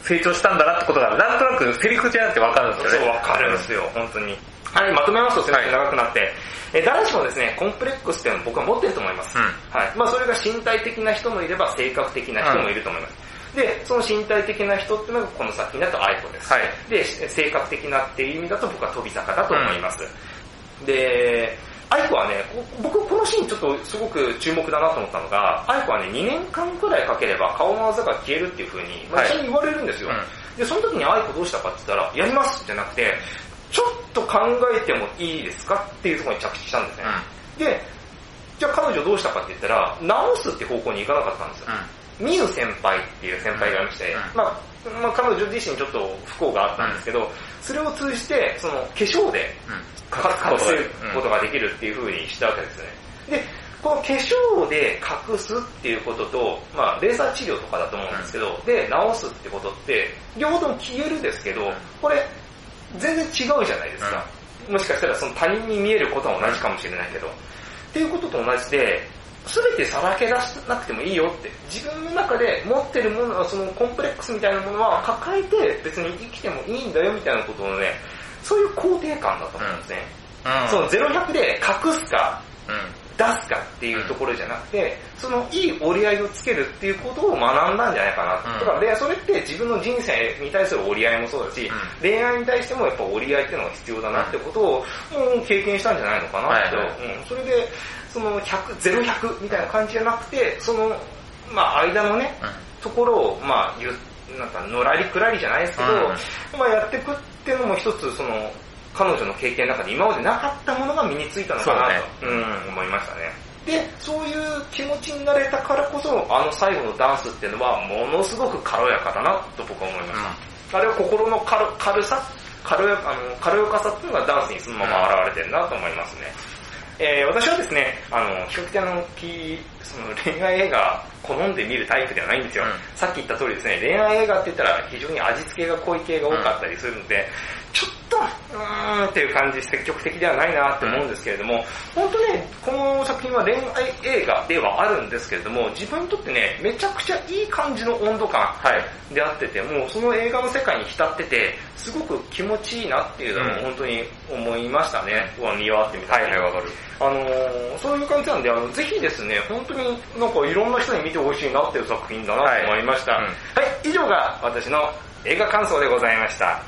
[SPEAKER 1] 成長したんだなってことが、なんとなくセリフじゃなくてわかるんです
[SPEAKER 3] そ
[SPEAKER 1] よ
[SPEAKER 3] う
[SPEAKER 1] ね。
[SPEAKER 3] わかるんですよ、本当に。はい、まとめますとすごく長くなって、えー誰しもですね、コンプレックスっていうのを僕は持ってると思います。
[SPEAKER 1] うん
[SPEAKER 3] はい。まあそれが身体的な人もいれば性格的な人もいると思います。で、その身体的な人っていうのがこの先だと愛子です。
[SPEAKER 1] はい。
[SPEAKER 3] で、性格的なっていう意味だと僕は飛び坂だと思います。で、アイコはね、こ僕このシーンちょっとすごく注目だなと思ったのが、アイコはね、2年間くらいかければ顔のあざが消えるっていう風に、まあ、
[SPEAKER 1] はい
[SPEAKER 3] 一緒に言われるんですよ。
[SPEAKER 1] うん
[SPEAKER 3] で、その時にアイコどうしたかって言ったら、やりますじゃなくて、ちょっと考えてもいいですかっていうところに着地したんですね。で、じゃあ彼女どうしたかって言ったら、直すって方向に行かなかったんですよ。ミユ先輩っていう先輩がいまして、
[SPEAKER 1] うん
[SPEAKER 3] まあ、まあ彼女自身ちょっと不幸があったんですけど、それを通じて、その化粧で隠すことができるっていう風にしたわけですね。で、この化粧で隠すっていうことと、まあ、レーザー治療とかだと思うんですけど、で、治すってことって、両方とも消えるですけど
[SPEAKER 1] うん、
[SPEAKER 3] これ、全然違うじゃないですか。もしかしたらその他人に見えることは同じかもしれないけど。っていうことと同じで、すべてさらけ出しなくてもいいよって、自分の中で持ってるものは、そのコンプレックスみたいなものは抱えて別に生きてもいいんだよみたいなことをね、そういう肯定感だと思うんですね。
[SPEAKER 1] うん。
[SPEAKER 3] そ
[SPEAKER 1] うん。
[SPEAKER 3] の0100で隠すか
[SPEAKER 1] うん。
[SPEAKER 3] 出すかっていうところじゃなくて、そのいい折り合いをつけるっていうことを学んだんじゃないかな。
[SPEAKER 1] うん
[SPEAKER 3] だからで、それって自分の人生に対する折り合いもそうだし、
[SPEAKER 1] うん
[SPEAKER 3] 恋愛に対してもやっぱ折り合いっていうのが必要だなってことを、うん、経験したんじゃないのかなって、
[SPEAKER 1] はいは
[SPEAKER 3] うん、それで、その100、0、100みたいな感じじゃなくて、その、まあ間のね、ところを、まあゆなんか、のらりくらりじゃないですけど、まあやってくっていうのも一つ、その、彼女の経験の中で今までなかったものが身についたのかなと、うん、思いましたね。で、そういう気持ちになれたからこそ、あの最後のダンスっていうのは、ものすごく軽やかだなと僕は思いました。あれは心の軽軽さ軽やあの軽やかさっていうのがダンスにそのまま現れてるなと思いますね。えー私はですね、あの、比較的あの、P、その恋愛映画好んで見るタイプではないんですよ。
[SPEAKER 1] う
[SPEAKER 3] さっき言った通りですね、恋愛映画って言ったら非常に味付けが濃い系が多かったりするので、ちょっと、うーんっていう感じ、積極的ではないなって思うんですけれども、本当ね、この作品は恋愛映画ではあるんですけれども、自分にとってね、めちゃくちゃいい感じの温度感
[SPEAKER 1] はい。
[SPEAKER 3] であってて、もうその映画の世界に浸ってて、すごく気持ちいいなっていうの
[SPEAKER 1] う
[SPEAKER 3] を本当に思いましたね。うわ見終わってみた
[SPEAKER 1] はいはい、わかる。
[SPEAKER 3] あのーそういう感じなんで、あの、ぜひですね、本当になんかいろんな人に見てほしいなっていう作品だなと思いました。
[SPEAKER 1] はい
[SPEAKER 3] はい、以上が私の映画感想でございました。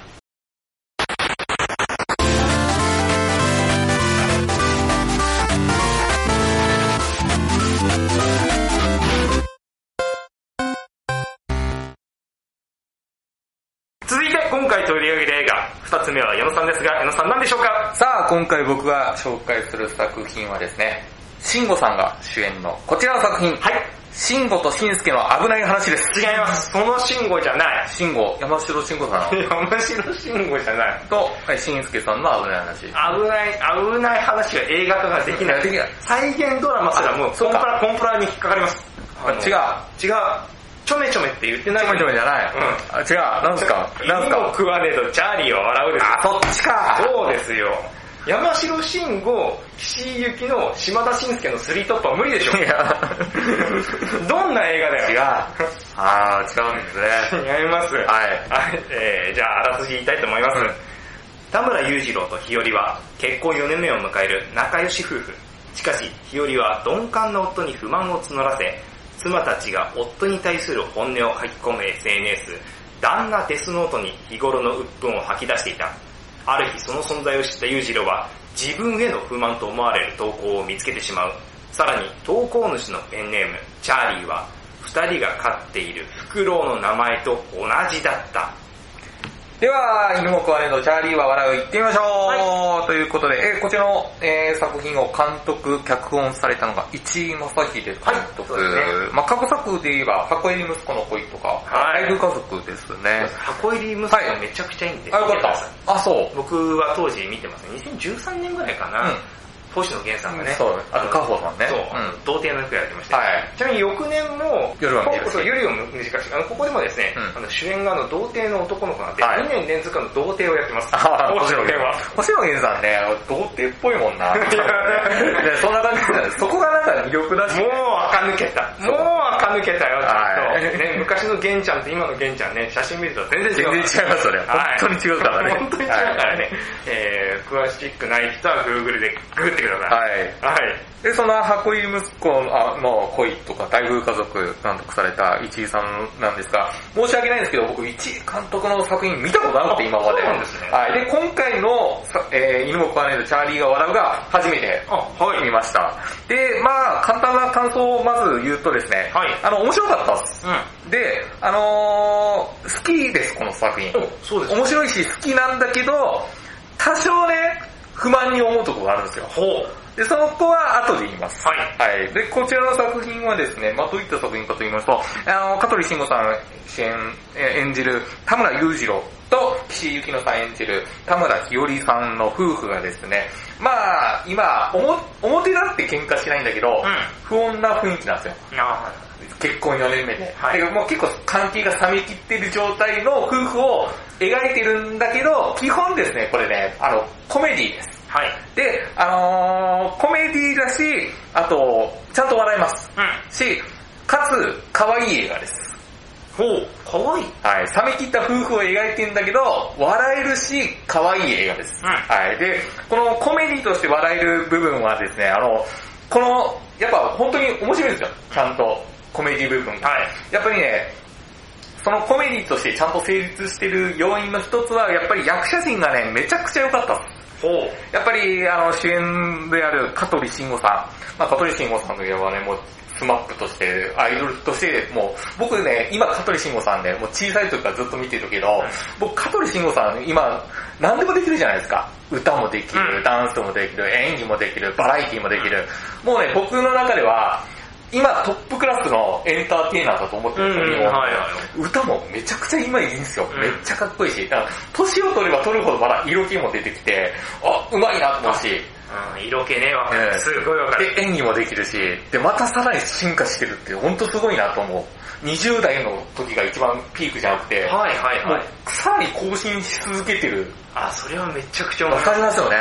[SPEAKER 3] 続いて今回取り上げる映画、二つ目は矢野さんですが、矢野さん何でしょうか
[SPEAKER 1] さあ、今回僕が紹介する作品はですね、慎吾さんが主演のこちらの作品。
[SPEAKER 3] はい、
[SPEAKER 1] 慎吾と慎介の危ない話です。
[SPEAKER 3] 違います。その慎吾じゃない。
[SPEAKER 1] 慎吾、山城慎吾さんの
[SPEAKER 3] 山城慎吾じゃない。
[SPEAKER 1] と、はい慎介さんの危ない話。
[SPEAKER 3] 危ない、危ない話は映画化ができない。
[SPEAKER 1] できない
[SPEAKER 3] 再現ドラマすらもう、
[SPEAKER 1] あ
[SPEAKER 3] コ
[SPEAKER 1] そう
[SPEAKER 3] ンプ
[SPEAKER 1] か
[SPEAKER 3] ラ、コンプラに引っかかります。あの
[SPEAKER 1] 違う。
[SPEAKER 3] 違う。ちょめちょめって言ってない
[SPEAKER 1] ちょめちょめじゃない。
[SPEAKER 3] うん
[SPEAKER 1] あ違う。なんすかなんす
[SPEAKER 3] 犬を
[SPEAKER 1] か
[SPEAKER 3] 食わねえとチャーリーを笑うですよ。
[SPEAKER 1] あ、そっちか。
[SPEAKER 3] そうですよ。山城慎吾、岸井ゆきの島田紳介のスリートップは無理でしょ
[SPEAKER 1] い。や、
[SPEAKER 3] どんな映画
[SPEAKER 1] 違
[SPEAKER 3] だ
[SPEAKER 1] う
[SPEAKER 3] よ。。
[SPEAKER 1] あー、違うんですね。
[SPEAKER 3] 違います。
[SPEAKER 1] はい。
[SPEAKER 3] はい、えー、じゃああらすじ言いたいと思います。
[SPEAKER 1] うん
[SPEAKER 3] 田村裕次郎と日和は結婚4年目を迎える仲良し夫婦。しかし、日和は鈍感な夫に不満を募らせ、妻たちが夫に対する本音を書き込む SNS、旦那デスノートに日頃の鬱憤を吐き出していた。ある日その存在を知った裕次郎は、自分への不満と思われる投稿を見つけてしまう。さらに、投稿主のペンネーム、チャーリーは、二人が飼っているフクロウの名前と同じだった。
[SPEAKER 1] では、犬も食われのチャーリーは笑う行ってみましょう、ということで、えーこちらの、えー作品を監督、脚本されたのが市井正秀監督。
[SPEAKER 3] はいそうです
[SPEAKER 1] まあ過去作で言えば、箱入り息子の恋とか、
[SPEAKER 3] はい
[SPEAKER 1] ライブ家族ですね。
[SPEAKER 3] 箱入り息子がめちゃくちゃいいんで。
[SPEAKER 1] あ、よかった。あ、そう。うん。
[SPEAKER 3] 僕は当時見てますね。2013年ぐらいかな。星野源さんがね。
[SPEAKER 1] そう。あと、カホさんね。
[SPEAKER 3] そう、
[SPEAKER 1] ん。
[SPEAKER 3] 童貞の役やってました、
[SPEAKER 1] はい。
[SPEAKER 3] ちなみに翌年も、
[SPEAKER 1] 夜は短し
[SPEAKER 3] そう夜を短し、あの、ここでもですね、
[SPEAKER 1] うん
[SPEAKER 3] あの主演があの、童貞の男の子なんで、
[SPEAKER 1] はい
[SPEAKER 3] 2年連続あの、童貞をやってます。
[SPEAKER 1] あー
[SPEAKER 3] 面白いは。
[SPEAKER 1] 星野源さんね、童貞っぽいもんな。でそんな感じなんですそこがなんか魅力だし。
[SPEAKER 3] もう垢抜けた。もう垢抜けたよ、ちゃんと。
[SPEAKER 1] はい
[SPEAKER 3] ね、昔の玄ちゃんと今の玄ちゃんね、写真見ると全然違
[SPEAKER 1] 全然違い
[SPEAKER 3] う。
[SPEAKER 1] ますよね。
[SPEAKER 3] はい
[SPEAKER 1] 本当に違うからね。
[SPEAKER 3] 本当に違うからね。えー、詳しくない人は Google でググってください。
[SPEAKER 1] はい。はい
[SPEAKER 3] はい。
[SPEAKER 1] で、その箱入り息子の恋とか、大風家族監督された市井さんなんですが、申し訳ないんですけど、僕市井監督の作品見たことなくて、今まで。
[SPEAKER 3] そうなんですね
[SPEAKER 1] はい。で、今回の、さえー、犬も食わないとチャーリーが笑うが、初めて
[SPEAKER 3] あ、はい。
[SPEAKER 1] 見ました。で、まあ簡単な感想をまず言うとですね、
[SPEAKER 3] はい
[SPEAKER 1] あの、面白かったです。
[SPEAKER 3] うん。
[SPEAKER 1] で、あのー好きです、この作品。
[SPEAKER 3] おそうです。
[SPEAKER 1] 面白いし好きなんだけど、多少ね、不満に思うところがあるんですよ。
[SPEAKER 3] ほう。
[SPEAKER 1] で、その子は後で言います。
[SPEAKER 3] はい。
[SPEAKER 1] はい。で、こちらの作品はですね、まあ、どういった作品かと言いますと、あの、香取慎吾さん主演、え演じる田村裕次郎と岸井ゆきのさん演じる田村日和さんの夫婦がですね、まあ、今、おも表だって喧嘩しないんだけど、
[SPEAKER 3] う
[SPEAKER 1] 不穏な雰囲気なんですよ。
[SPEAKER 3] ん。あ
[SPEAKER 1] 結婚4年目で。
[SPEAKER 3] はい
[SPEAKER 1] でもう結構関係が冷めきってる状態の夫婦を描いてるんだけど、基本ですね、これね、あの、コメディーです。
[SPEAKER 3] ーはい。
[SPEAKER 1] で、あのーコメディだし、あと、ちゃんと笑えます。
[SPEAKER 3] うん。
[SPEAKER 1] し、かつ、可愛い映画です。
[SPEAKER 3] ほう、かわいい。うん。
[SPEAKER 1] はい、冷め切った夫婦を描いてんだけど、笑えるし、可愛い映画です。
[SPEAKER 3] は
[SPEAKER 1] はい、で、このコメディとして笑える部分はですね、あの、この、やっぱ本当に面白いんですよ。ちゃんと、コメディ部分が。やっぱりね、そのコメディとしてちゃんと成立してる要因の一つは、やっぱり役者陣がね、めちゃくちゃ良かったっす。
[SPEAKER 3] ほう。
[SPEAKER 1] やっぱり、あの、主演である香取慎吾さん。まあ、香取慎吾さんといえばね、もう、スマップとして、アイドルとして、もう、僕ね、今香取慎吾さんね、もう小さい時からずっと見てるけど、僕香取慎吾さん、今、何でもできるじゃないですか。歌もでき
[SPEAKER 3] う
[SPEAKER 1] る、
[SPEAKER 3] ん
[SPEAKER 1] ダンスもできる、演技もできる、バラエティもできる。もうね、僕の中では、今トップクラスのエンターテイナーだと思って
[SPEAKER 3] う
[SPEAKER 1] る
[SPEAKER 3] ん
[SPEAKER 1] んですよ、日、本
[SPEAKER 3] はいはい。
[SPEAKER 1] 歌もめちゃくちゃ今いいんですよ。
[SPEAKER 3] うん
[SPEAKER 1] めっちゃかっこいいし、だから年を取れば取るほどまだ色気も出てきて、あ、うまいなと思うし、
[SPEAKER 3] うん、色気ね、わか
[SPEAKER 1] ええ
[SPEAKER 3] る。すごいわかる。
[SPEAKER 1] で、演技もできるし、で、またさらに進化してるって、ほんとすごいなと思う。20代の時が一番ピークじゃなくて、
[SPEAKER 3] はいはい
[SPEAKER 1] も
[SPEAKER 3] はい。
[SPEAKER 1] うさらに更新し続けてる。
[SPEAKER 3] あ、それはめちゃくちゃ
[SPEAKER 1] わ
[SPEAKER 3] 面
[SPEAKER 1] か
[SPEAKER 3] 白い。
[SPEAKER 1] りますよね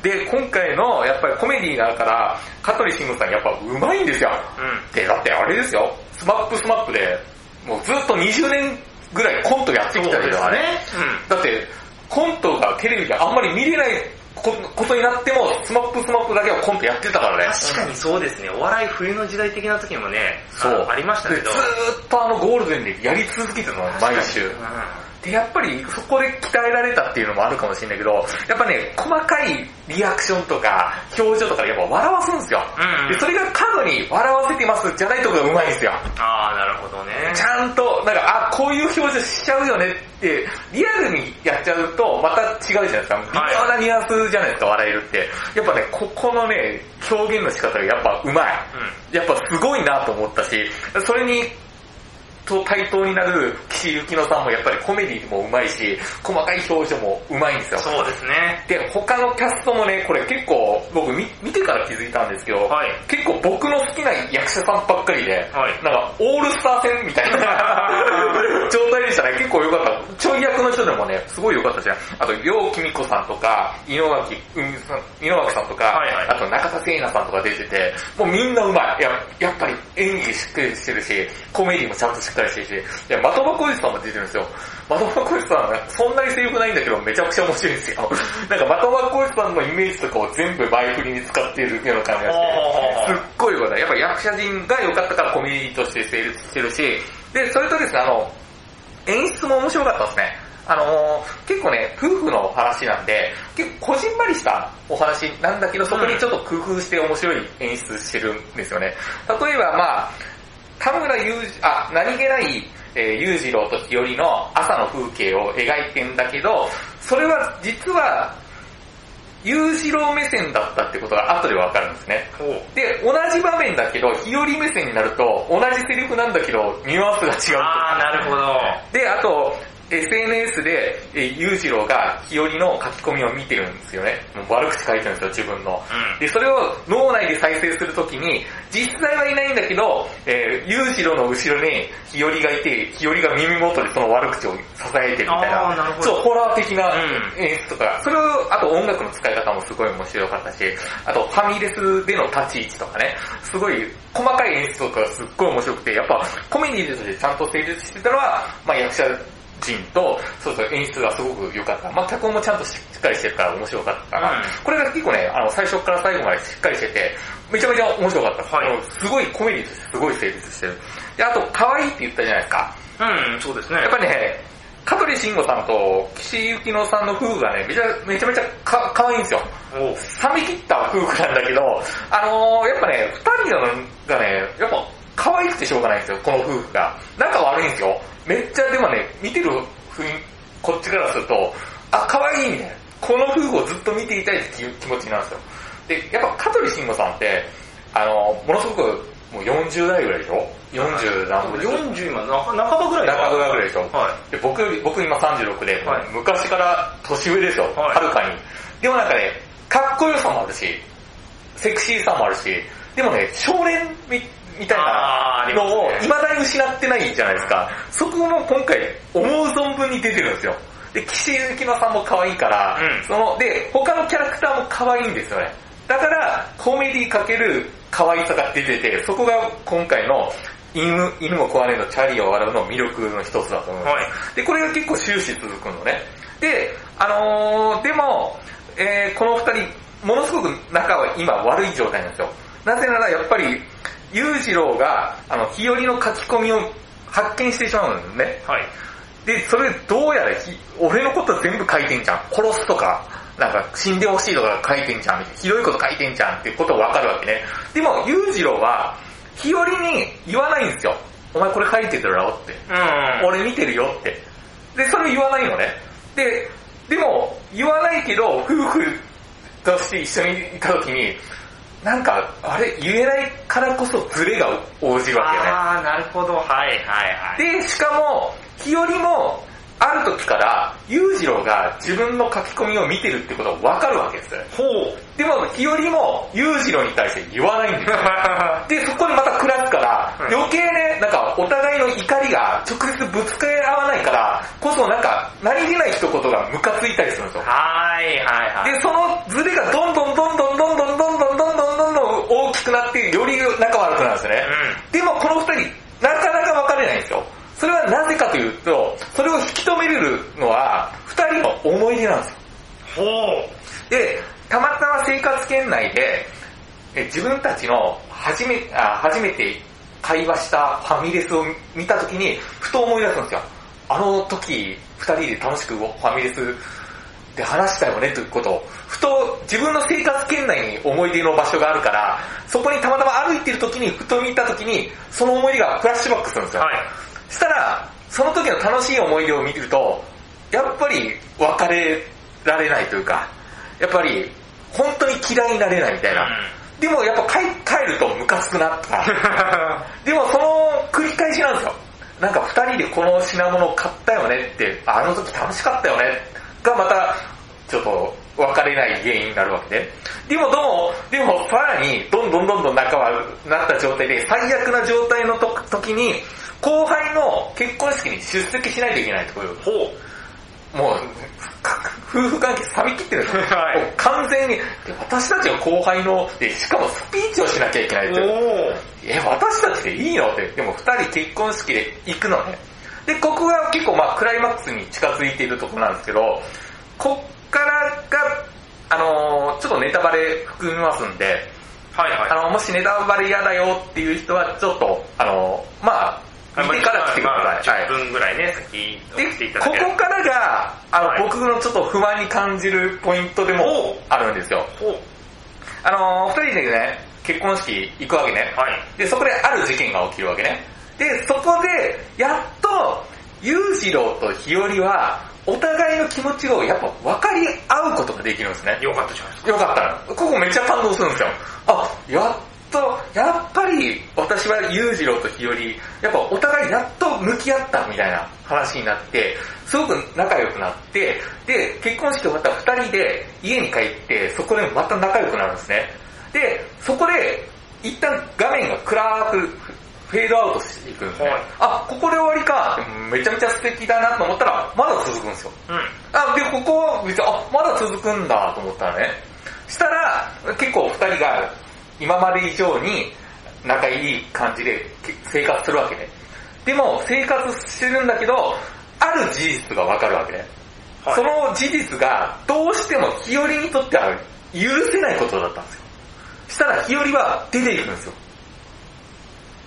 [SPEAKER 3] う。
[SPEAKER 1] で、今回のやっぱりコメディーだから、香取慎吾さんやっぱうまいんですよ。
[SPEAKER 3] うん。
[SPEAKER 1] で、だってあれですよ、スマップスマップで、もうずっと20年ぐらいコントやってきたけど、あれだって、コントがテレビであんまり見れないこことになっても、スマップスマップだけはコントやってたからね。
[SPEAKER 3] 確かにそうですね、お笑い冬の時代的な時もね、
[SPEAKER 1] そう
[SPEAKER 3] あありましたけ
[SPEAKER 1] でず
[SPEAKER 3] ど。
[SPEAKER 1] ーっとあのゴールデンでやり続けてたの、毎週
[SPEAKER 3] うん。。
[SPEAKER 1] で、やっぱりそこで鍛えられたっていうのもあるかもしれないけど、やっぱね、細かいリアクションとか、表情とかでやっぱ笑わすんですよ。
[SPEAKER 3] うん
[SPEAKER 1] で、それが過度に笑わせてますじゃないところがうまいんですよ。
[SPEAKER 3] あー、なるほどね。
[SPEAKER 1] ちゃんと、なんか、あ、こういう表情しちゃうよねって、リアルにやっちゃうと、また違うじゃないですか。微妙なニュアンスじゃないですか、笑えるって。やっぱね、ここのね、表現の仕方がやっぱうまい。
[SPEAKER 3] う
[SPEAKER 1] やっぱすごいなと思ったし、それに、と対等になる岸井ゆきのさんもやっぱりコメディもうまいし、細かい表情もうまいんですよ。
[SPEAKER 3] そうですね。
[SPEAKER 1] で、他のキャストもね、これ結構、僕見見てから気づいたんですけど、
[SPEAKER 3] はい。
[SPEAKER 1] 結構僕の好きな役者さんばっかりで、
[SPEAKER 3] はい
[SPEAKER 1] なんかオールスター戦みたいな。 の状態でしたね。結構良かった。ちょい役の人でもね、すごい良かったじゃん。あと、楊貴美子さんとか、井上脇、うんさん井上脇さんとか、
[SPEAKER 3] はいはい
[SPEAKER 1] あと中田聖奈さんとか出てて、もうみんなうまい。いや、やっぱり演技しっかりしてるし、コメディもちゃんとしっかりしてるし、いや、的場浩二さんも出てるんですよ。的場浩二さんはなんかそんなにセリフないんだけど、めちゃくちゃ面白いんですよ。なんか的場浩二さんのイメージとかを全部前振りに使っているような感じがして、すっごい良かった。やっぱ役者陣が良かったからコメディとして成立してるし、で、それとですね、あの、演出も面白かったですね。あのー結構ね、夫婦の話なんで、結構こじんまりしたお話なんだけど、そこにちょっと工夫して面白い演出してるんですよね。例えば、まあ、田村裕二、あ、何気ない、えー裕次郎と日和の朝の風景を描いてんだけど、それは実は、裕次郎目線だったってことが後でわかるんですね。で、同じ場面だけど、日和目線になると、同じセリフなんだけど、ニュアンスが違うっていう
[SPEAKER 3] あー、なるほど。
[SPEAKER 1] で、あと、SNS で、えー裕次郎が日和の書き込みを見てるんですよね。もう悪口書いてるんですよ、自分の。
[SPEAKER 3] うん
[SPEAKER 1] で、それを脳内で再生するときに、実際はいないんだけど、えー、裕次郎の後ろに日和がいて、日和が耳元でその悪口を支えてるみたい
[SPEAKER 3] あー
[SPEAKER 1] な、
[SPEAKER 3] なるほど
[SPEAKER 1] そう、ホラー的な
[SPEAKER 3] う
[SPEAKER 1] 演出とか、それを、あと音楽の使い方もすごい面白かったし、あとファミレスでの立ち位置とかね、すごい細かい演出とかがすっごい面白くて、やっぱコメディとしてちゃんと成立してたのは、まあ役者陣と、そうそう演出がすごく良かった。まあ脚本もちゃんとしっかりしてるから面白かったな。
[SPEAKER 3] うん
[SPEAKER 1] これが結構ね、あの、最初から最後までしっかりしてて、めちゃめちゃ面白かった。
[SPEAKER 3] はい
[SPEAKER 1] あのすごいコメディとしてすごい成立してる。で、あと、可愛いって言ったじゃないですか。
[SPEAKER 3] うん、そうですね。
[SPEAKER 1] やっぱね、香取慎吾さんと岸井ゆきのさんの夫婦がね、めちゃめちゃめちゃか可愛いんですよ。
[SPEAKER 3] おう
[SPEAKER 1] 冷め切った夫婦なんだけど、あのー、やっぱね、二人がね、やっぱ可愛くてしょうがないんですよ、この夫婦が。仲悪いんですよ。めっちゃでもね、見てる雰囲こっちからすると、あ、可愛いね。この夫婦をずっと見ていたいっていう気持ちになるんですよ。で、やっぱ香取慎吾さんって、あのー、ものすごくもう40代ぐらいでしょ ?40 何ぐらいでしょ
[SPEAKER 3] 40今、な半ばぐらいか
[SPEAKER 1] 中ぐらいでしょ
[SPEAKER 3] は
[SPEAKER 1] で僕より、僕今36で、
[SPEAKER 3] はい
[SPEAKER 1] 昔から年上ですよ、
[SPEAKER 3] はい
[SPEAKER 1] はるかに。でもなんかね、かっこよさもあるし、セクシーさもあるし、でもね、少年みみたい
[SPEAKER 3] あー
[SPEAKER 1] な
[SPEAKER 3] ありますね
[SPEAKER 1] のを未だに失ってないじゃないですか。そこも今回思う存分に出てるんですよ。で、岸井ゆきのさんも可愛いから、
[SPEAKER 3] うん
[SPEAKER 1] その、で、他のキャラクターも可愛いんですよね。だから、コメディかける可愛さが出てて、そこが今回の犬犬も壊れのチャリを笑うの魅力の一つだと思う
[SPEAKER 3] い。
[SPEAKER 1] んですよ
[SPEAKER 3] はい。
[SPEAKER 1] で、これが結構終始続くのね。で、あのーでも、えーこの二人、ものすごく仲は今悪い状態なんですよ。なぜならやっぱり、裕次郎が、あの、日和の書き込みを発見してしまうんですね。
[SPEAKER 3] はい。
[SPEAKER 1] で、それどうやらひ、俺のこと全部書いてんじゃん。殺すとか、なんか死んでほしいとか書いてんじゃん。ひどいこと書いてんじゃんってことわかるわけね。でも、裕次郎は、日和に言わないんですよ。お前これ書いてたろって。
[SPEAKER 3] うん。
[SPEAKER 1] 俺見てるよって。で、それを言わないのね。で、でも、言わないけど、夫婦として一緒にいた時に、なんか、あれ、言えないからこそズレが生じるわけよね。
[SPEAKER 3] あー、なるほど。はいはいはい。
[SPEAKER 1] で、しかも、日和も、ある時から、裕次郎が自分の書き込みを見てるってことがわかるわけです。
[SPEAKER 3] ほう。
[SPEAKER 1] でも、日和も裕次郎に対して言わないんですよ。で、そこにまた暮らすから、
[SPEAKER 3] うん
[SPEAKER 1] 余計ね、なんかお互いの怒りが直接ぶつかり合わないから、こそなんか何気ない一言がムカついたりするんですよ。
[SPEAKER 3] はいはいはい。
[SPEAKER 1] で、そのズレがどんどんどんどんどんどんどんどんどんどんどんどん大きくなって、より仲悪くなるんですね。でもこの二人、なかなか別れないんですよ。それはなぜかというと、それを引き止めれるのは、二人の思い出なんですよ。
[SPEAKER 3] ほう。
[SPEAKER 1] で、たまたま生活圏内で、え自分たちの初め、あ初めて会話したファミレスを見たときに、ふと思い出すんですよ。あの時、二人で楽しくファミレスで話したよねということを、ふと自分の生活圏内に思い出の場所があるから、そこにたまたま歩いてるときに、ふと見たときに、その思い出がフラッシュバックするんですよ。
[SPEAKER 3] はい。
[SPEAKER 1] したら、その時の楽しい思い出を見ると、やっぱり別れられないというか、やっぱり本当に嫌いになれないみたいな。でもやっぱ帰帰るとムカつくなとか、でもその繰り返しなんですよ。なんか二人でこの品物を買ったよねって、あの時楽しかったよねがまた、ちょっと別れない原因になるわけで。でもどうも、でもさらに、どんどんどんどん仲はなった状態で、最悪な状態のと時に、後輩の結婚式に出席しないといけないという。ほう。もう、か夫婦関係錆び切ってるんですよ。
[SPEAKER 3] はい
[SPEAKER 1] もう完全に、私たちが後輩の、でしかもスピーチをしなきゃいけないという。
[SPEAKER 3] お
[SPEAKER 1] え、私たちでいいのって。でも二人結婚式で行くのね。で、ここが結構まあクライマックスに近づいているところなんですけど、こっからが、あのーちょっとネタバレ含みますんで、
[SPEAKER 3] はいはい。
[SPEAKER 1] あの、もしネタバレ嫌だよっていう人はちょっと、あのーまあ、見てから来てくだ
[SPEAKER 3] まあ
[SPEAKER 1] さい。はい
[SPEAKER 3] 10分ぐらいね、先
[SPEAKER 1] で
[SPEAKER 3] 送ってい、た
[SPEAKER 1] こ
[SPEAKER 3] だけ
[SPEAKER 1] こからが、あの、
[SPEAKER 3] はい
[SPEAKER 1] 僕のちょっと不満に感じるポイントで
[SPEAKER 3] お
[SPEAKER 1] も
[SPEAKER 3] う
[SPEAKER 1] あるんですよ。
[SPEAKER 3] こ、
[SPEAKER 1] あのー二人でね、結婚式行くわけね。
[SPEAKER 3] はい。
[SPEAKER 1] で、そこである事件が起きるわけね。で、そこで、やっと、裕次郎と日和は、お互いの気持ちをやっぱ分かり合うことができるんですね。
[SPEAKER 3] よかったじゃないですか。
[SPEAKER 1] よかったの。ここめっちゃ感動するんですよ。あ、やっと、やっぱり私は裕次郎と日和、やっぱお互いやっと向き合ったみたいな話になって、すごく仲良くなって、で、結婚してまた二人で家に帰って、そこでまた仲良くなるんですね。で、そこで、一旦画面が暗くフェードアウトしていくんですね。
[SPEAKER 3] はい
[SPEAKER 1] あ、ここで終わりか、めちゃめちゃ素敵だなと思ったら、まだ続くんですよ。
[SPEAKER 3] うん。
[SPEAKER 1] あ、で、ここ、別に、あ、まだ続くんだと思ったのね。したら、結構二人が今まで以上に仲いい感じでけ生活するわけね。でも、生活してるんだけど、ある事実がわかるわけね。
[SPEAKER 3] はい
[SPEAKER 1] その事実が、どうしても日和にとっては許せないことだったんですよ。したら日和は出ていくんですよ。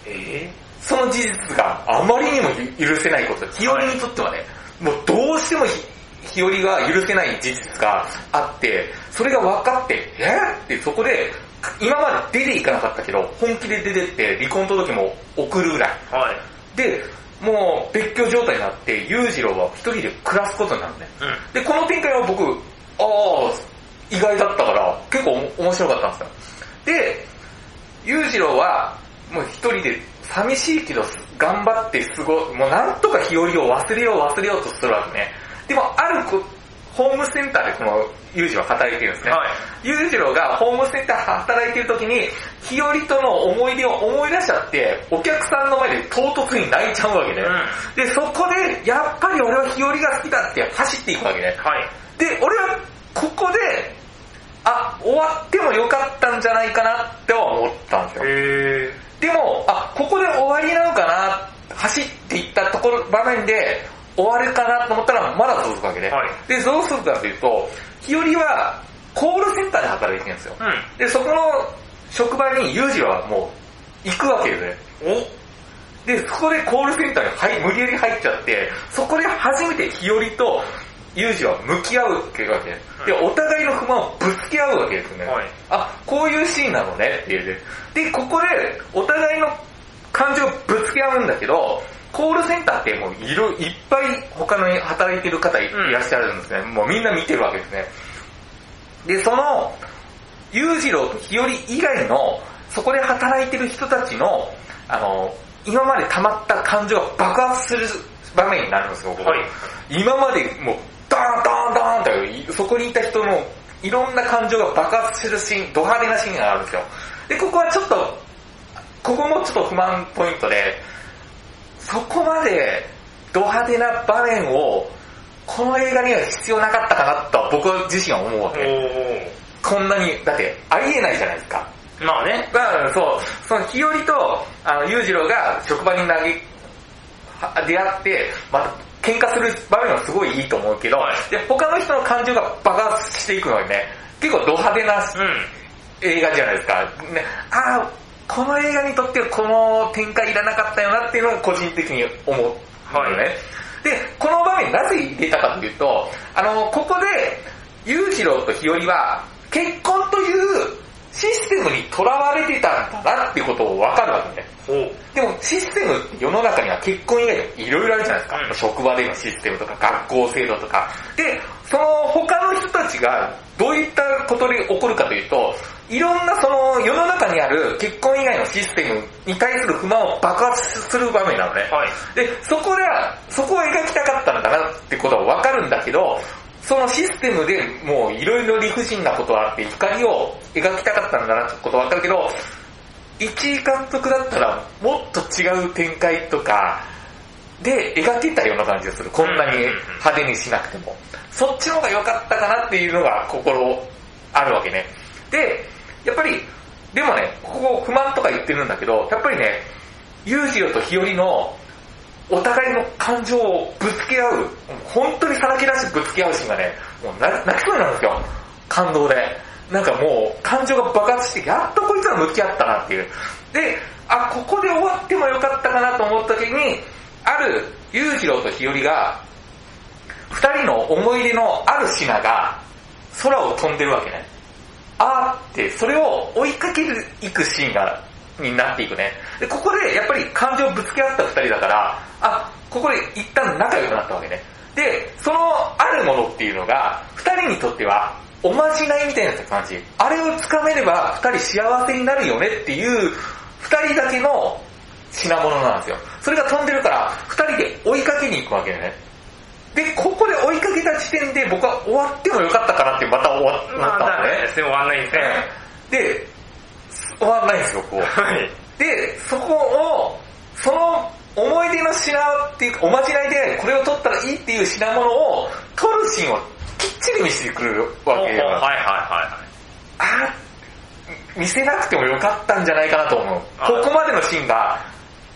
[SPEAKER 3] え
[SPEAKER 1] その事実があまりにも許せないこと、日和にとってはね、もうどうしてもひ日和が許せない事実があって、それが分かって、えーってそこで、今まで出ていかなかったけど、本気で出てって離婚届も送るぐらい。
[SPEAKER 3] ー、はい。
[SPEAKER 1] で、もう別居状態になって、裕次郎は一人で暮らすことになるね。
[SPEAKER 3] うん。
[SPEAKER 1] で、この展開は僕、ああ、意外だったから、結構お面白かったんですよ。で、裕次郎は、もう一人で、寂しいけど、頑張って過ご、もうなんとか日和を忘れよう忘れようとするわけね。でも、あるこ、ホームセンターでこの裕次郎は働いてるんですね。
[SPEAKER 3] はい。
[SPEAKER 1] 裕次郎がホームセンターで働いてる時に、日和との思い出を思い出しちゃって、お客さんの前で唐突に泣いちゃうわけね。
[SPEAKER 3] うん。は
[SPEAKER 1] で、そこで、やっぱり俺は日和が好きだって走っていくわけね。
[SPEAKER 3] い。
[SPEAKER 1] で、俺はここで、あ、終わってもよかったんじゃないかなっては思ったんですよ。
[SPEAKER 3] え
[SPEAKER 1] でも、あ、ここで終わりなのかな、走っていったところ、場面で終わるかなと思ったらまだ続くわけね。
[SPEAKER 3] はい
[SPEAKER 1] で、どうするかというと、日和はコールセンターで働いてるんですよ。
[SPEAKER 3] ー、うん。
[SPEAKER 1] で、そこの職場に裕次郎はもう行くわけよね。おで、そこでコールセンターに入無理やり入っちゃって、そこで初めて日和と裕次郎は向き合うっていうわけで、
[SPEAKER 3] は
[SPEAKER 1] お互いの不満をぶつけ合うわけですね。
[SPEAKER 3] はい
[SPEAKER 1] あ、こういうシーンなのねっていうね。で、ここでお互いの感情をぶつけ合うんだけど、コールセンターってもういる、いっぱい他の働いてる方い
[SPEAKER 3] うん
[SPEAKER 1] らっしゃるんですね。もうみんな見てるわけですね。で、その、裕次郎と日和以外の、そこで働いてる人たちの、あの、今まで溜まった感情が爆発する場面になるんですよ、ここ
[SPEAKER 3] はい
[SPEAKER 1] 今までもう、ダーンダーンダーンと、そこにいた人の、いろんな感情が爆発するシーン、ド派手なシーンがあるんですよ。で、ここはちょっと、ここもちょっと不満ポイントで、そこまでド派手な場面を、この映画には必要なかったかなと僕自身は思うわ
[SPEAKER 3] お
[SPEAKER 1] け。
[SPEAKER 3] ー。
[SPEAKER 1] こんなに、だってありえないじゃないですか。
[SPEAKER 3] まあね。
[SPEAKER 1] まあ、そう、その日和と、あの、裕次郎が職場に投げ、は出会って、また喧嘩する場面はすごいいいと思うけど、
[SPEAKER 3] はい
[SPEAKER 1] で他の人の感情が爆発していくのにね、結構ド派手な
[SPEAKER 3] うん。
[SPEAKER 1] 映画じゃないですか。ね、ああ、この映画にとってはこの展開いらなかったよなっていうのが個人的に思う、
[SPEAKER 3] はい
[SPEAKER 1] よね。で、この場面なぜ入れたかというと、あの、ここで、裕次郎と日和は、結婚というシステムにとらわれてたんだなっていうことをわかるわけね。
[SPEAKER 3] ほう。
[SPEAKER 1] でもシステムって世の中には結婚以外でもいろいろあるじゃないですか。
[SPEAKER 3] うん
[SPEAKER 1] 職場でのシステムとか学校制度とか。で、その他の人たちがどういったことで起こるかというと、いろんなその世の中にある結婚以外のシステムに対する不満を爆発する場面なのね。
[SPEAKER 3] はい。
[SPEAKER 1] で、そこでは、そこを描きたかったのかなってことはわかるんだけど、そのシステムでもういろいろ理不尽なことはあって怒りを描きたかったんだなってことわかるけど、一位監督だったらもっと違う展開とかで描けたような感じがする。こんなに派手にしなくても。そっちの方が良かったかなっていうのが心あるわけね。で、やっぱり、でもね、ここ不満とか言ってるんだけど、やっぱりね、裕次郎と日和のお互いの感情をぶつけ合う、本当にさらけ出してぶつけ合うシーンがね、もう泣きそうになるんですよ。感動で。なんかもう感情が爆発して、やっとこいつら向き合ったなっていう。で、あ、ここで終わってもよかったかなと思った時に、ある裕次郎と日和が、二人の思い出のある品が空を飛んでるわけね。あーって、それを追いかける、いくシーンが、になっていくね。で、ここでやっぱり感情をぶつけ合った二人だから、あ、ここで一旦仲良くなったわけね。で、そのあるものっていうのが、二人にとっては、おまじないみたいな感じ。あれをつかめれば、二人幸せになるよねっていう、二人だけの品物なんですよ。それが飛んでるから、二人で追いかけに行くわけよね。で、ここで追いかけた時点で僕は終わってもよかったかなって、また終わ
[SPEAKER 3] ま
[SPEAKER 1] った
[SPEAKER 3] あ、
[SPEAKER 1] ん
[SPEAKER 3] だ
[SPEAKER 1] だ
[SPEAKER 3] ね
[SPEAKER 1] ね。。
[SPEAKER 3] でも終わんないですね。
[SPEAKER 1] で、終わんないんですよ、こう。
[SPEAKER 3] はい。
[SPEAKER 1] で、そこを、その思い出の品っていうか、おまじないでこれを取ったらいいっていう品物を、取るシーンをきっちり見せてくれるわけ
[SPEAKER 3] はいはい
[SPEAKER 1] よ。あ
[SPEAKER 3] は
[SPEAKER 1] あ見せなくてもよかったんじゃないかなと思う。
[SPEAKER 3] あ
[SPEAKER 1] ここまでのシーンが、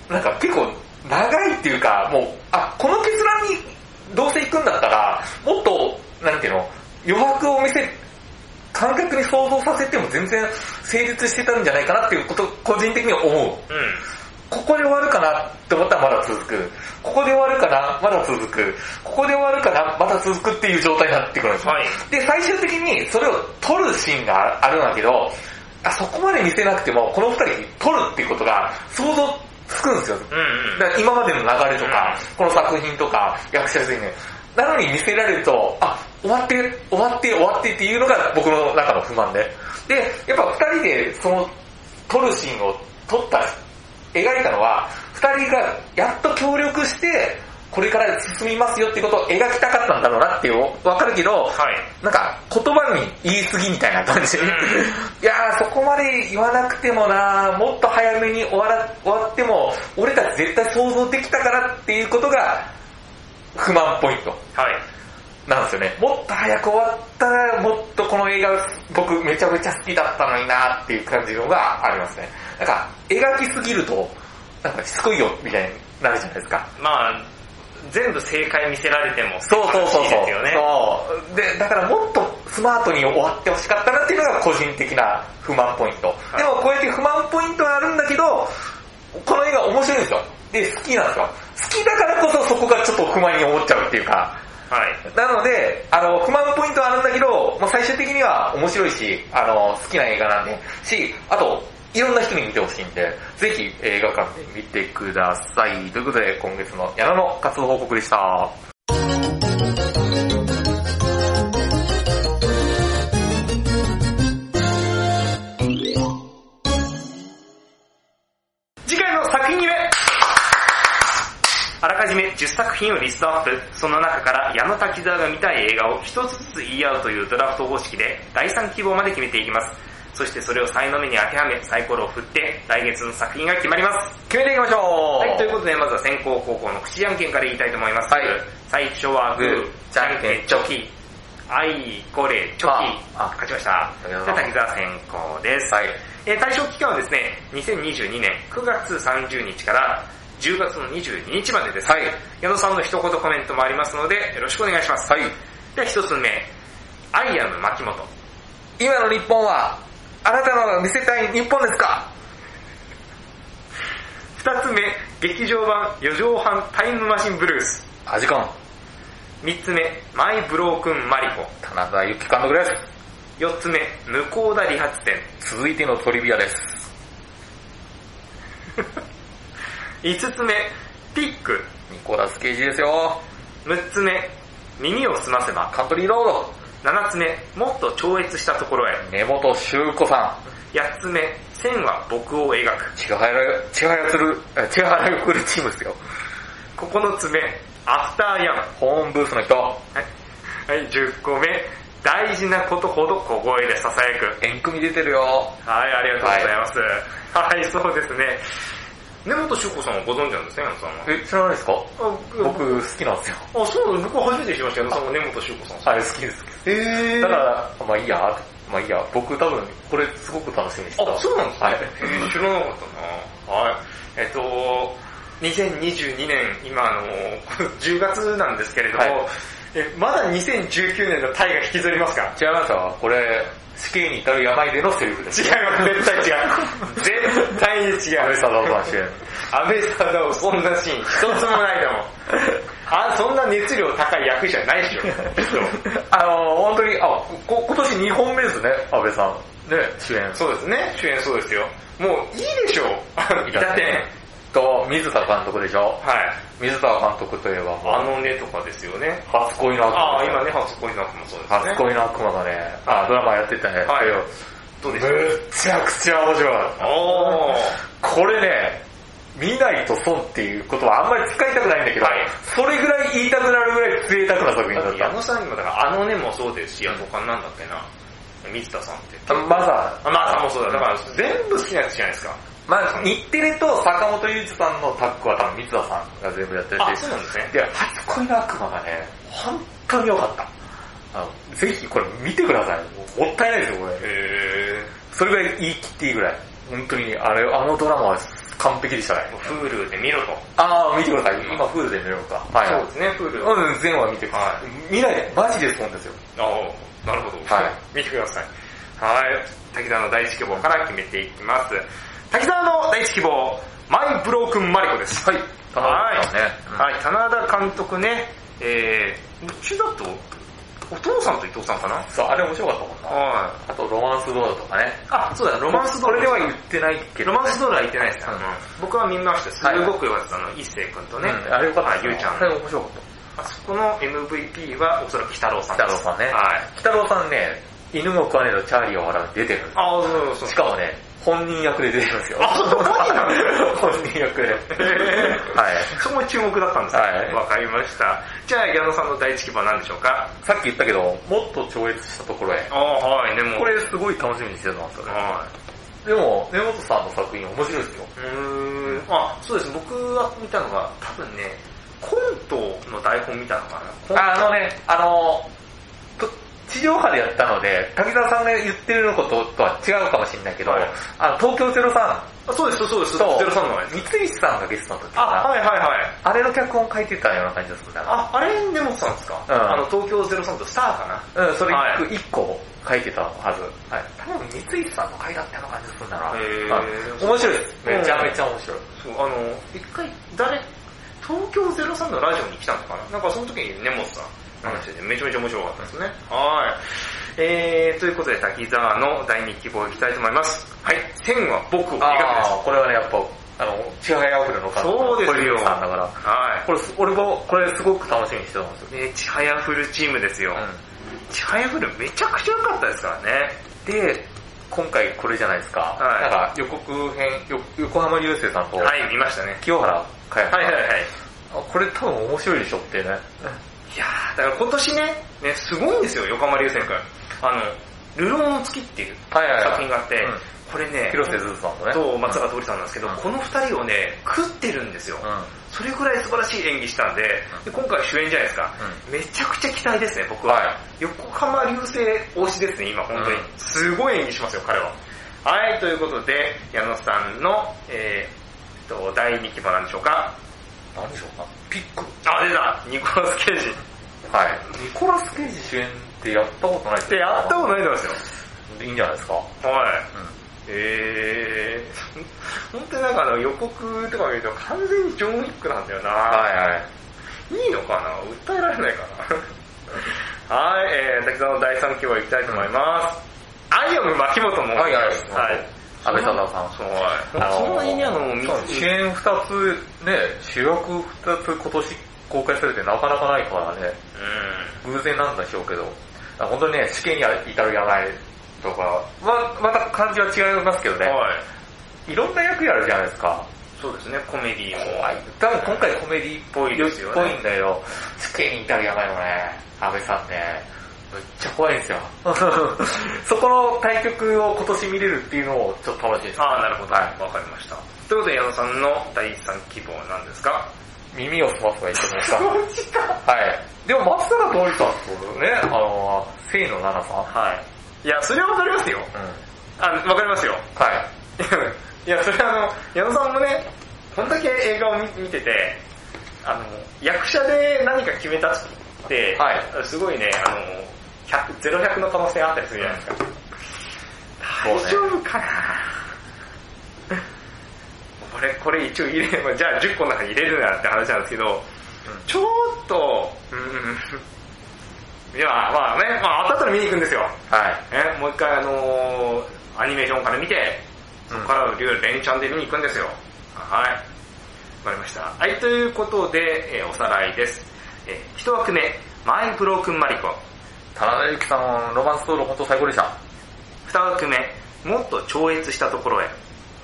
[SPEAKER 1] なんか結構長いっていうか、もう、あ、この決断にどうせ行くんだったら、もっと、なんていうの、余白を見せ、感覚に想像させても全然成立してたんじゃないかなっていうこと、個人的には思う。
[SPEAKER 3] いはい。うん。
[SPEAKER 1] ここで終わるかなって思ったらまだ続く。ここで終わるかなまだ続く。ここで終わるかなまだ続くっていう状態になってくるんですよ。
[SPEAKER 3] はい
[SPEAKER 1] で、最終的にそれを取るシーンがあるんだけど、あそこまで見せなくても、この二人取るっていうことが想像つくんですよ。
[SPEAKER 3] うんうん。
[SPEAKER 1] だから今までの流れとか、この作品とか、役者ですね。なのに見せられると、あ、終わって、終わって、終わってっていうのが僕の中の不満で。で、やっぱ二人でその、撮るシーンを撮った、描いたのは、二人がやっと協力して、これから進みますよってことを描きたかったんだろうなっていう、わかるけど、
[SPEAKER 3] はい。
[SPEAKER 1] なんか言葉に言い過ぎみ たいな感じ。
[SPEAKER 3] うん
[SPEAKER 1] いやーそこまで言わなくてもなーもっと早めに終わら終わっても、俺たち絶対想像できたからっていうことが不満ポイント
[SPEAKER 3] はい。
[SPEAKER 1] なんですよね。もっと早く終わったら、もっとこの映画僕めちゃめちゃ好きだったのになーっていう感じのがありますね。なんか描きすぎると、なんかしつこいよみたいになるじゃないですか。
[SPEAKER 3] まあ、全部正解見せられても、
[SPEAKER 1] そうそうそう
[SPEAKER 3] いい
[SPEAKER 1] そう
[SPEAKER 3] ですよね。
[SPEAKER 1] そうで、だからもっとスマートに終わってほしかったなっていうのが個人的な不満ポイント。
[SPEAKER 3] い
[SPEAKER 1] でもこうやって不満ポイントがあるんだけど、この映画面白いんですよ。で、好きなんですよ。好きだからこそそこがちょっと不満に思っちゃうっていうか。
[SPEAKER 3] はい。
[SPEAKER 1] なので、あの、不満ポイントはあるんだけど、まあ、最終的には面白いし、あの、好きな映画なんで、し、あと、いろんな人に見てほしいんで、ぜひ映画館で見てください。ということで、今月の矢野の活動報告でした。
[SPEAKER 3] 次回の作品入れあらかじめ10作品をリストアップ、その中から矢野滝沢が見たい映画を一つずつ言い合うというドラフト方式で第3希望まで決めていきます。そしてそれを才の目に当てはめサイコロを振って来月の作品が決まります。
[SPEAKER 1] 決めていきましょう
[SPEAKER 3] はい、ということでまずは先行高校の口じゃんけんから言いたいと思います。
[SPEAKER 1] はい
[SPEAKER 3] 最初はグー、
[SPEAKER 1] じゃんけん
[SPEAKER 3] チョキ。あい、これ、チョキ。
[SPEAKER 1] ああ
[SPEAKER 3] 勝ちました。
[SPEAKER 1] りがとうございます
[SPEAKER 3] 滝沢先行です。
[SPEAKER 1] はい。
[SPEAKER 3] えー対象期間はですね、2022年9月30日から10月の22日までです。
[SPEAKER 1] はい
[SPEAKER 3] 矢野さんの一言コメントもありますので、よろしくお願いします。
[SPEAKER 1] はい。
[SPEAKER 3] では一つ目、アイアム牧本。
[SPEAKER 1] 今の日本は、あなたの見せたい日本ですか
[SPEAKER 3] 二つ目、劇場版四畳半タイムマシンブルース。
[SPEAKER 1] アジコン、
[SPEAKER 3] 三つ目、マイブロークンマリコ。
[SPEAKER 1] 田中由紀監督で
[SPEAKER 3] 四つ目、向田理髪店。
[SPEAKER 1] す。続いてのトリビアです。
[SPEAKER 3] 五つ目、ピック。
[SPEAKER 1] ニコラス・ケイジですよ。
[SPEAKER 3] 六つ目、耳をすませば。
[SPEAKER 1] カントリーロー
[SPEAKER 3] 七つ目、もっと超越したところへ。
[SPEAKER 1] ド、根本修子さん、
[SPEAKER 3] 八つ目、線は僕を描く。
[SPEAKER 1] 千原よ、千原する、え千原よくるチームですよ。
[SPEAKER 3] 9つ目、アフターヤン。
[SPEAKER 1] ホームブースの人、
[SPEAKER 3] はいはい、10個目。大事なことほど小声で囁く。
[SPEAKER 1] 円組出てるよ。
[SPEAKER 3] はい、ありがとうございます。はい、そうですね。根本修子さんはご存知なんですね、矢野さんは。
[SPEAKER 1] え、知らないですか
[SPEAKER 3] あ、
[SPEAKER 1] 僕好きなんですよ。
[SPEAKER 3] あ、そうなの僕は初めて知りましたよ、矢野さんは根本修子さん。
[SPEAKER 1] あれ好きですけ
[SPEAKER 3] え
[SPEAKER 1] ど。だから、まあいいや、まあいいや、僕多分これすごく楽しみにしてた。
[SPEAKER 3] あ、そうなんですか、
[SPEAKER 1] はい
[SPEAKER 3] 知らなかったなはい。えっと、2022年、今あの、10月なんですけれども、
[SPEAKER 1] はい
[SPEAKER 3] えまだ2019年のタイが引きずりますか
[SPEAKER 1] 違いますよ。これ、死刑に至る病でのセリフで
[SPEAKER 3] 違
[SPEAKER 1] す。
[SPEAKER 3] います、絶対違う。絶対に違う。
[SPEAKER 1] 安倍貞夫さん主演。
[SPEAKER 3] 安倍サダをそんなシーン一つもないと思う。あ、そんな熱量高い役じゃないでしょ。
[SPEAKER 1] あの、本当に、あ、こ今年2本目ですね、安倍さん。ね、主演。
[SPEAKER 3] そうですね、主演そうですよ。もういいでしょう。いたてん。
[SPEAKER 1] と、水田監督でしょ
[SPEAKER 3] はい。
[SPEAKER 1] 水田監督といえば、もう
[SPEAKER 3] あのねとかですよね。
[SPEAKER 1] 初恋の悪魔。
[SPEAKER 3] ああ、今ね、初恋なんかもそうですね。
[SPEAKER 1] 初恋の悪魔がね、あ、ドラマやってたね。
[SPEAKER 3] はい
[SPEAKER 1] だ
[SPEAKER 3] どうで
[SPEAKER 1] け
[SPEAKER 3] し
[SPEAKER 1] ど
[SPEAKER 3] ょう
[SPEAKER 1] むちゃくちゃ面白い。
[SPEAKER 3] おー。
[SPEAKER 1] これね、見ないと損っていうことはあんまり使いたくないんだけど、
[SPEAKER 3] はい
[SPEAKER 1] それぐらい言いたくなるぐらい贅沢な作品
[SPEAKER 3] だ
[SPEAKER 1] だ
[SPEAKER 3] っ
[SPEAKER 1] って
[SPEAKER 3] 矢
[SPEAKER 1] た。
[SPEAKER 3] 野さんにも、だからあのねもそうですし、あと他なんだっけな。水田さんって。
[SPEAKER 1] あまだ、
[SPEAKER 3] あ、まあさんもそうだ。だから全部好きなやつじゃないですか。
[SPEAKER 1] まあ、日テレと坂本龍一さんのタッグは多分水田さんが全部やってて、
[SPEAKER 3] あ、そうなんですね。
[SPEAKER 1] で、初恋の悪魔がね、本当に良かった。あのぜひこれ見てください。もうもったいないですよ、これ。
[SPEAKER 3] へ
[SPEAKER 1] それぐらい言い切っていいぐらい。本当に、あれ、あのドラマは完璧でしたね。
[SPEAKER 3] ー。Hulu で見ろと。
[SPEAKER 1] あー、見てください。今、フールで見ようか。は
[SPEAKER 3] そうですね、Hulu。あ
[SPEAKER 1] うん、全話見てください。見ないで、マジでそうですよ。
[SPEAKER 3] あ、なるほど。
[SPEAKER 1] はい。
[SPEAKER 3] 見てください。はい。滝沢の第一希望から決めていきます。滝沢の第一希望、マイブロークンマリコです。
[SPEAKER 1] はい。
[SPEAKER 3] はい
[SPEAKER 1] ね。
[SPEAKER 3] はい、棚田監督ね、えー、うちだと、お父さんと伊藤さんかな
[SPEAKER 1] そう、あれ面白かったもんな。
[SPEAKER 3] は
[SPEAKER 1] あと、ロマンスドアとかね。
[SPEAKER 3] い。あ、そうだ、
[SPEAKER 1] ロ
[SPEAKER 3] ロマンスドー
[SPEAKER 1] こ
[SPEAKER 3] ル。
[SPEAKER 1] れでは言ってないけど。
[SPEAKER 3] ロマンスドールは行ってないですね
[SPEAKER 1] うん。
[SPEAKER 3] 僕は見ました。すごく良かった。あの、一星君とね、
[SPEAKER 1] うんあれよかったな。
[SPEAKER 3] ゆうちゃん。
[SPEAKER 1] あれ面白かっ
[SPEAKER 3] あそこの MVP はおそらく北郎さん
[SPEAKER 1] た。
[SPEAKER 3] で
[SPEAKER 1] 北郎
[SPEAKER 3] す。
[SPEAKER 1] さんね。
[SPEAKER 3] はい。
[SPEAKER 1] 北郎さんね、犬も食わねえのチャーリーを笑う出てるんですよ
[SPEAKER 3] あ、そうそう
[SPEAKER 1] し
[SPEAKER 3] そう。
[SPEAKER 1] かもね、本人役で出てるんですよ。
[SPEAKER 3] あそう本人なんですよ
[SPEAKER 1] 本人役で。はい。
[SPEAKER 3] そこも注目だったんです
[SPEAKER 1] はい
[SPEAKER 3] ね。わかりました。じゃあ、矢野さんの第一希望は何でしょうか
[SPEAKER 1] さっき言ったけど、もっと超越したところへ。
[SPEAKER 3] あはい、でも
[SPEAKER 1] これすごい楽しみにしてたんですよね。
[SPEAKER 3] は
[SPEAKER 1] でも、根本さんの作品面白いですよ。
[SPEAKER 3] い。うーん、あ、そうです。僕は見たのが、多分ね、コントの台本見たのかなコント
[SPEAKER 1] あのね、あの、と地上波でやったので、滝沢さんが言ってることとは違うかもしれないけど、
[SPEAKER 3] はい
[SPEAKER 1] あの東京03
[SPEAKER 3] あそうです、そうです。
[SPEAKER 1] と
[SPEAKER 3] ゼロ三のやつ。
[SPEAKER 1] 三石さんがゲストの時か
[SPEAKER 3] あ、
[SPEAKER 1] な
[SPEAKER 3] はいはいはい。
[SPEAKER 1] あれの脚本書いてたような感じがするんだな。
[SPEAKER 3] あ、あれ根本さんですか、
[SPEAKER 1] うん
[SPEAKER 3] あの、東京03とスターかな
[SPEAKER 1] うん、それ
[SPEAKER 3] はい
[SPEAKER 1] 一個一個書いてたはず。はい。多分三井さんの書いたってような感じがするんだな。
[SPEAKER 3] へー
[SPEAKER 1] はい面白いです。めちゃめちゃ面白い。
[SPEAKER 3] そう、あの、一回、誰、東京03のラジオに来たのかななんかその時に根本さん話してて、めちゃめちゃ面白かったですね。はい。えー、ということで、滝沢の第二希望いきたいと思います。はい。線は僕
[SPEAKER 1] あ
[SPEAKER 3] を描くです。
[SPEAKER 1] あーこれはね、やっぱ、あの、千早奥の監督
[SPEAKER 3] そうです
[SPEAKER 1] 小
[SPEAKER 3] よ
[SPEAKER 1] 泉さんだから。
[SPEAKER 3] はい。
[SPEAKER 1] これ、俺も、これすごく楽しみにしてたんですよ。
[SPEAKER 3] ね、ちはやふるチームですよ。ちはやふるめちゃくちゃ良かったですからね。
[SPEAKER 1] で、今回これじゃないですか。
[SPEAKER 3] はい
[SPEAKER 1] なんか予告編、よ横浜流星さんと、
[SPEAKER 3] はい、見ましたね。
[SPEAKER 1] 清原かやさん
[SPEAKER 3] はいはいはい。
[SPEAKER 1] あこれ多分面白いでしょってね。
[SPEAKER 3] いやー、だから今年ね、ね、すごいんですよ、横浜流星君。あの、ルローの月っていう
[SPEAKER 1] はいはいはい
[SPEAKER 3] 作品があって、
[SPEAKER 1] うん
[SPEAKER 3] これね、
[SPEAKER 1] 広瀬すずさんとね。
[SPEAKER 3] と松坂桃李さんなんですけど、この二人をね、食ってるんですよ。
[SPEAKER 1] う
[SPEAKER 3] それぐらい素晴らしい演技したんで、で今回主演じゃないですか、めちゃくちゃ期待ですね、僕は。
[SPEAKER 1] はい
[SPEAKER 3] 横浜流星推しですね、今、本当に。
[SPEAKER 1] うん
[SPEAKER 3] すごい演技しますよ、彼は。はい、ということで、矢野さんの、えー、えっと、第2希望なんでしょうか。
[SPEAKER 1] ん。なんでしょうか。ピック。
[SPEAKER 3] あ、出たニコラス・ケイジ。
[SPEAKER 1] はい。ニコラス・ケイジ主演ってやったことない
[SPEAKER 3] で、やったことないんですよ。
[SPEAKER 1] といいんじゃないですか。
[SPEAKER 3] はい。えー、本当になんかあの予告とか見ると完全にジョン・ウィックなんだよな。
[SPEAKER 1] はいはい。
[SPEAKER 3] いいのかな訴えられないかなはい、えー、滝沢の第3期はいきたいと思います。アイアム牧本の。
[SPEAKER 1] はいはい
[SPEAKER 3] はい。
[SPEAKER 1] 安倍貞夫さん。
[SPEAKER 3] そう、はい。そんなにね、あの、み
[SPEAKER 1] そう主演二つ、ね、主役二つ今年公開されてなかなかないからね、
[SPEAKER 3] う
[SPEAKER 1] 偶然なんでしょうけど、あ本当にね、死刑に至るやないとか、ま、また感じは違いますけどね、
[SPEAKER 3] ん。はい。
[SPEAKER 1] い、ろんな役やるじゃないですか。
[SPEAKER 3] そうですね、コメディも。
[SPEAKER 1] 多分今回コメディっぽい
[SPEAKER 3] ぽいですよね
[SPEAKER 1] ぽいんだよ。死刑にいたらやばいよね、安倍さんね。めっちゃ怖いんですよ。 そこの対局を今年見れるっていうのをちょっと楽しいです。
[SPEAKER 3] ああ、なるほど。わかりました。ということで、矢野さんの第三希望は何ですか
[SPEAKER 1] 耳を澄ますがいいと思い ました。 はい。でも松坂桃李さんってことね、あの、清野奈々さん。
[SPEAKER 3] はい。いや、それはわかりますよ。
[SPEAKER 1] うん。
[SPEAKER 3] あ、わかりますよ。
[SPEAKER 1] はい。
[SPEAKER 3] いや、それはあの、矢野さんもね、こんだけ映画を見見てて、あの、役者で何か決めたって、
[SPEAKER 1] は
[SPEAKER 3] すごいね、あの、100、ゼロ100の可能性あったりするじゃないですか。
[SPEAKER 1] そう
[SPEAKER 3] 大
[SPEAKER 1] ね
[SPEAKER 3] 丈夫かな これ、これ一応入れ、 まあじゃあ10個の中に入れるならって話なんですけど、ちょっと、うん、いや、まあね、まあ後々見に行くんですよ。
[SPEAKER 1] はい。
[SPEAKER 3] え、もう一回あのーアニメーションから見て、そこからの竜連チャンで見に行くんですよ。はい。わかりました。はい、ということで、えーおさらいです。えー一枠目、マイブロークンマリコ。
[SPEAKER 1] 田中由紀さん、ロマンストール本当最高でした。
[SPEAKER 3] 二枠目、もっと超越したところへ。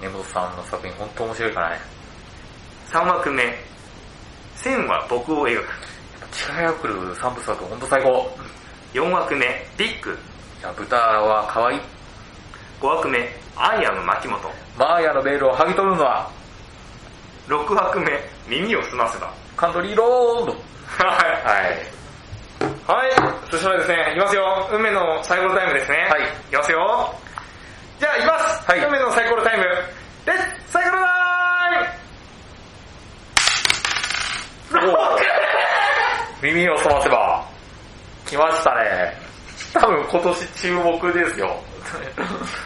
[SPEAKER 1] 根本さんの作品本当面白いからね。
[SPEAKER 3] 三枠目、線は僕を描く。
[SPEAKER 1] 力が来る三部作本当最高。
[SPEAKER 3] 四枠目、ビッグ。
[SPEAKER 1] いや豚は可愛い。
[SPEAKER 3] 五枠目、アイアム牧本。
[SPEAKER 1] マーヤのベールを剥ぎ取るのは、
[SPEAKER 3] 六枠目、耳を澄ませば。
[SPEAKER 1] カントリーロード。
[SPEAKER 3] はい。
[SPEAKER 1] はい。
[SPEAKER 3] はい、そしたらですね、いきますよ。運命のサイコロタイムですね。
[SPEAKER 1] はい
[SPEAKER 3] いきますよ。じゃあ、いきます。
[SPEAKER 1] はい
[SPEAKER 3] 運命のサイコロタイム。レッツサイコロタイム
[SPEAKER 1] 耳を澄ませば、来ましたね。多分今年注目ですよ。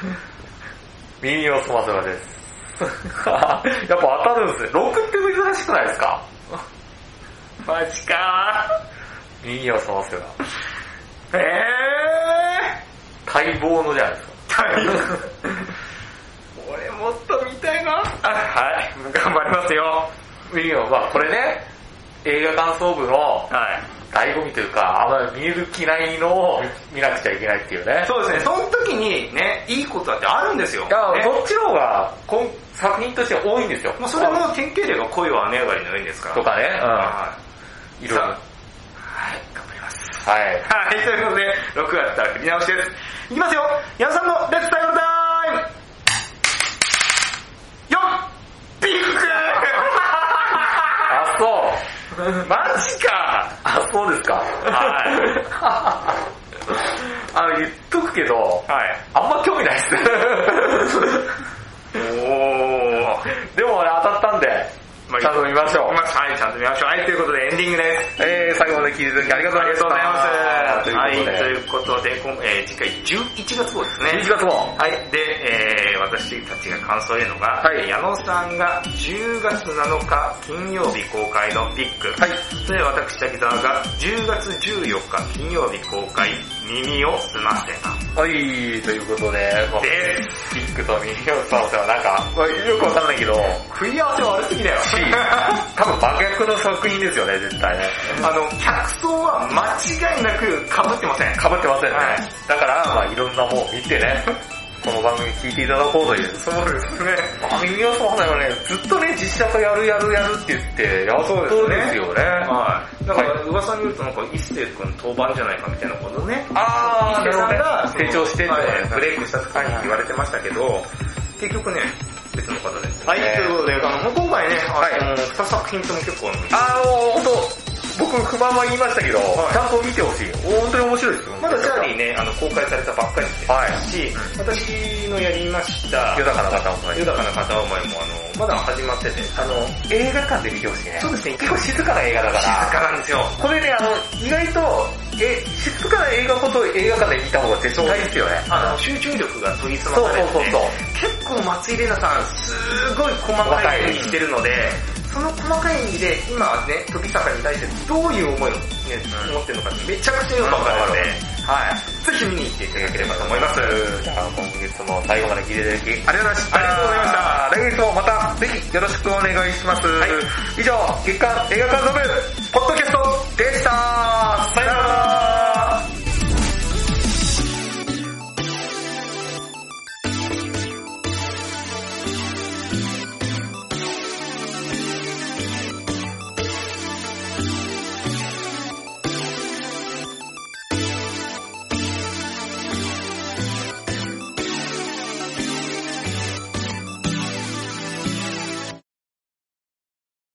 [SPEAKER 1] 耳を澄ませばです。 やっぱ当たるんですね。6って珍しくないですか
[SPEAKER 3] マジか
[SPEAKER 1] 耳を澄ませば。
[SPEAKER 3] ー。え
[SPEAKER 1] 待望のじゃないですか。
[SPEAKER 3] ー。タイム。俺もっと見たいな。はい、頑張りますよ。
[SPEAKER 1] 耳を、まあこれね、映画感想部の
[SPEAKER 3] はい。
[SPEAKER 1] 醍醐味というか、あんまり見る気ないのを見なくちゃいけないっていうね。
[SPEAKER 3] そうですね、その時にね、いいことだってあるんですよ。
[SPEAKER 1] いや、
[SPEAKER 3] ね
[SPEAKER 1] そっちの方が、こん作品として多いんですよ。
[SPEAKER 3] もうそれはもう典型例が恋は雨上がりのようにですから。
[SPEAKER 1] とかね。
[SPEAKER 3] はい
[SPEAKER 1] うん。いろいろ。
[SPEAKER 3] さはい、頑張ります。
[SPEAKER 1] はい。
[SPEAKER 3] はい、ということで、6月から振り直しです。いきますよ矢野さんのレッツタイムタイム !4! ビッ グ
[SPEAKER 1] あ、そう。
[SPEAKER 3] マジ か
[SPEAKER 1] あ、そうですか。。
[SPEAKER 3] はい
[SPEAKER 1] あ の、言っとくけど、
[SPEAKER 3] はい。
[SPEAKER 1] あんま興味 ないっす。
[SPEAKER 3] おー。
[SPEAKER 1] でもあれ当たったんで、
[SPEAKER 3] まあ
[SPEAKER 1] ちゃんと見ましょう。
[SPEAKER 3] はい、ちゃんと見ましょう。はい、ということでエンディングです。
[SPEAKER 1] えー、最後まで聞いていただきありがとう
[SPEAKER 3] ありがとうございます。
[SPEAKER 1] あ
[SPEAKER 3] は
[SPEAKER 1] り
[SPEAKER 3] い、
[SPEAKER 1] がとうございます。ということ
[SPEAKER 3] い
[SPEAKER 1] で、
[SPEAKER 3] ということで、今えー次回11月号ですね。
[SPEAKER 1] 11月も、
[SPEAKER 3] はい。で、えー、私たちが感想を言うのが、
[SPEAKER 1] はい
[SPEAKER 3] 矢野さんが10月7日金曜日公開のビッグ。
[SPEAKER 1] はい。
[SPEAKER 3] それで私、滝沢が10月14日金曜日公開、耳を澄ませた。
[SPEAKER 1] はい、ということで、まあ
[SPEAKER 3] で、
[SPEAKER 1] ピックとミニオンさんはなんか、まあよくわかんない けど、
[SPEAKER 3] 食い合わせ悪すぎだ よ。
[SPEAKER 1] 多分真逆の作品ですよね、絶対ね。
[SPEAKER 3] あの、客層は間違いなく被ってません。
[SPEAKER 1] 被ってませんね。
[SPEAKER 3] はい
[SPEAKER 1] だから、まあいろんなもんを見てね、この番組聞いていただこうという。
[SPEAKER 3] そうですね。
[SPEAKER 1] あ、耳を澄ませばね、ずっとね、実写化やるやるやるって言って、やっと
[SPEAKER 3] そうで
[SPEAKER 1] です
[SPEAKER 3] ね
[SPEAKER 1] すよね。
[SPEAKER 3] はい。だから、噂によるとなんか、一星君登板じゃないかみたいなことね。
[SPEAKER 1] あー、
[SPEAKER 3] 伊勢さんが
[SPEAKER 1] 成長してる
[SPEAKER 3] は
[SPEAKER 1] ね
[SPEAKER 3] いブレイクしたとかに言われてましたけど、結局ね、別の方です。はいということで、あの、もう今回ね、
[SPEAKER 1] はい
[SPEAKER 3] あの、2作品とも結構、
[SPEAKER 1] あの、本当僕不満は言いましたけど、
[SPEAKER 3] はい
[SPEAKER 1] ちゃんと見てほしい。本当に面白いですよ。
[SPEAKER 3] まだジャーリーね、あの、公開されたばっかりです
[SPEAKER 1] はい。
[SPEAKER 3] し、私のやりました、
[SPEAKER 1] 豊かな方もね
[SPEAKER 3] 豊かな片思いも、あの、まだ始まってて、あの、
[SPEAKER 1] 映画館で見てほしいね
[SPEAKER 3] そう。ですね、
[SPEAKER 1] 結構静かな映画だから。
[SPEAKER 3] 静かなんですよ。
[SPEAKER 1] これね、あの、意外と、え、静かな映画ほど映画館で見た方が絶対いいですよね。
[SPEAKER 3] あの、集中力が研ぎ澄
[SPEAKER 1] そ
[SPEAKER 3] ま
[SPEAKER 1] うそ
[SPEAKER 3] され
[SPEAKER 1] う
[SPEAKER 3] て
[SPEAKER 1] そう
[SPEAKER 3] て
[SPEAKER 1] そう。
[SPEAKER 3] 結構松井玲奈さん、すごい細かい演技してるので、その細かい演技で、今ね、時坂に対してどういう思いを、ね
[SPEAKER 1] うん
[SPEAKER 3] 持ってるのかってめちゃくちゃよくわかるので、はい。ぜひ見に行っていただければと思います。
[SPEAKER 1] じゃあ今月も最後まで聞いていただき、ありがとうございました。
[SPEAKER 3] ありがとうございました
[SPEAKER 1] 来月もまた、ぜひよろしくお願いします。以上、月刊映画監督、ポッドキャストでした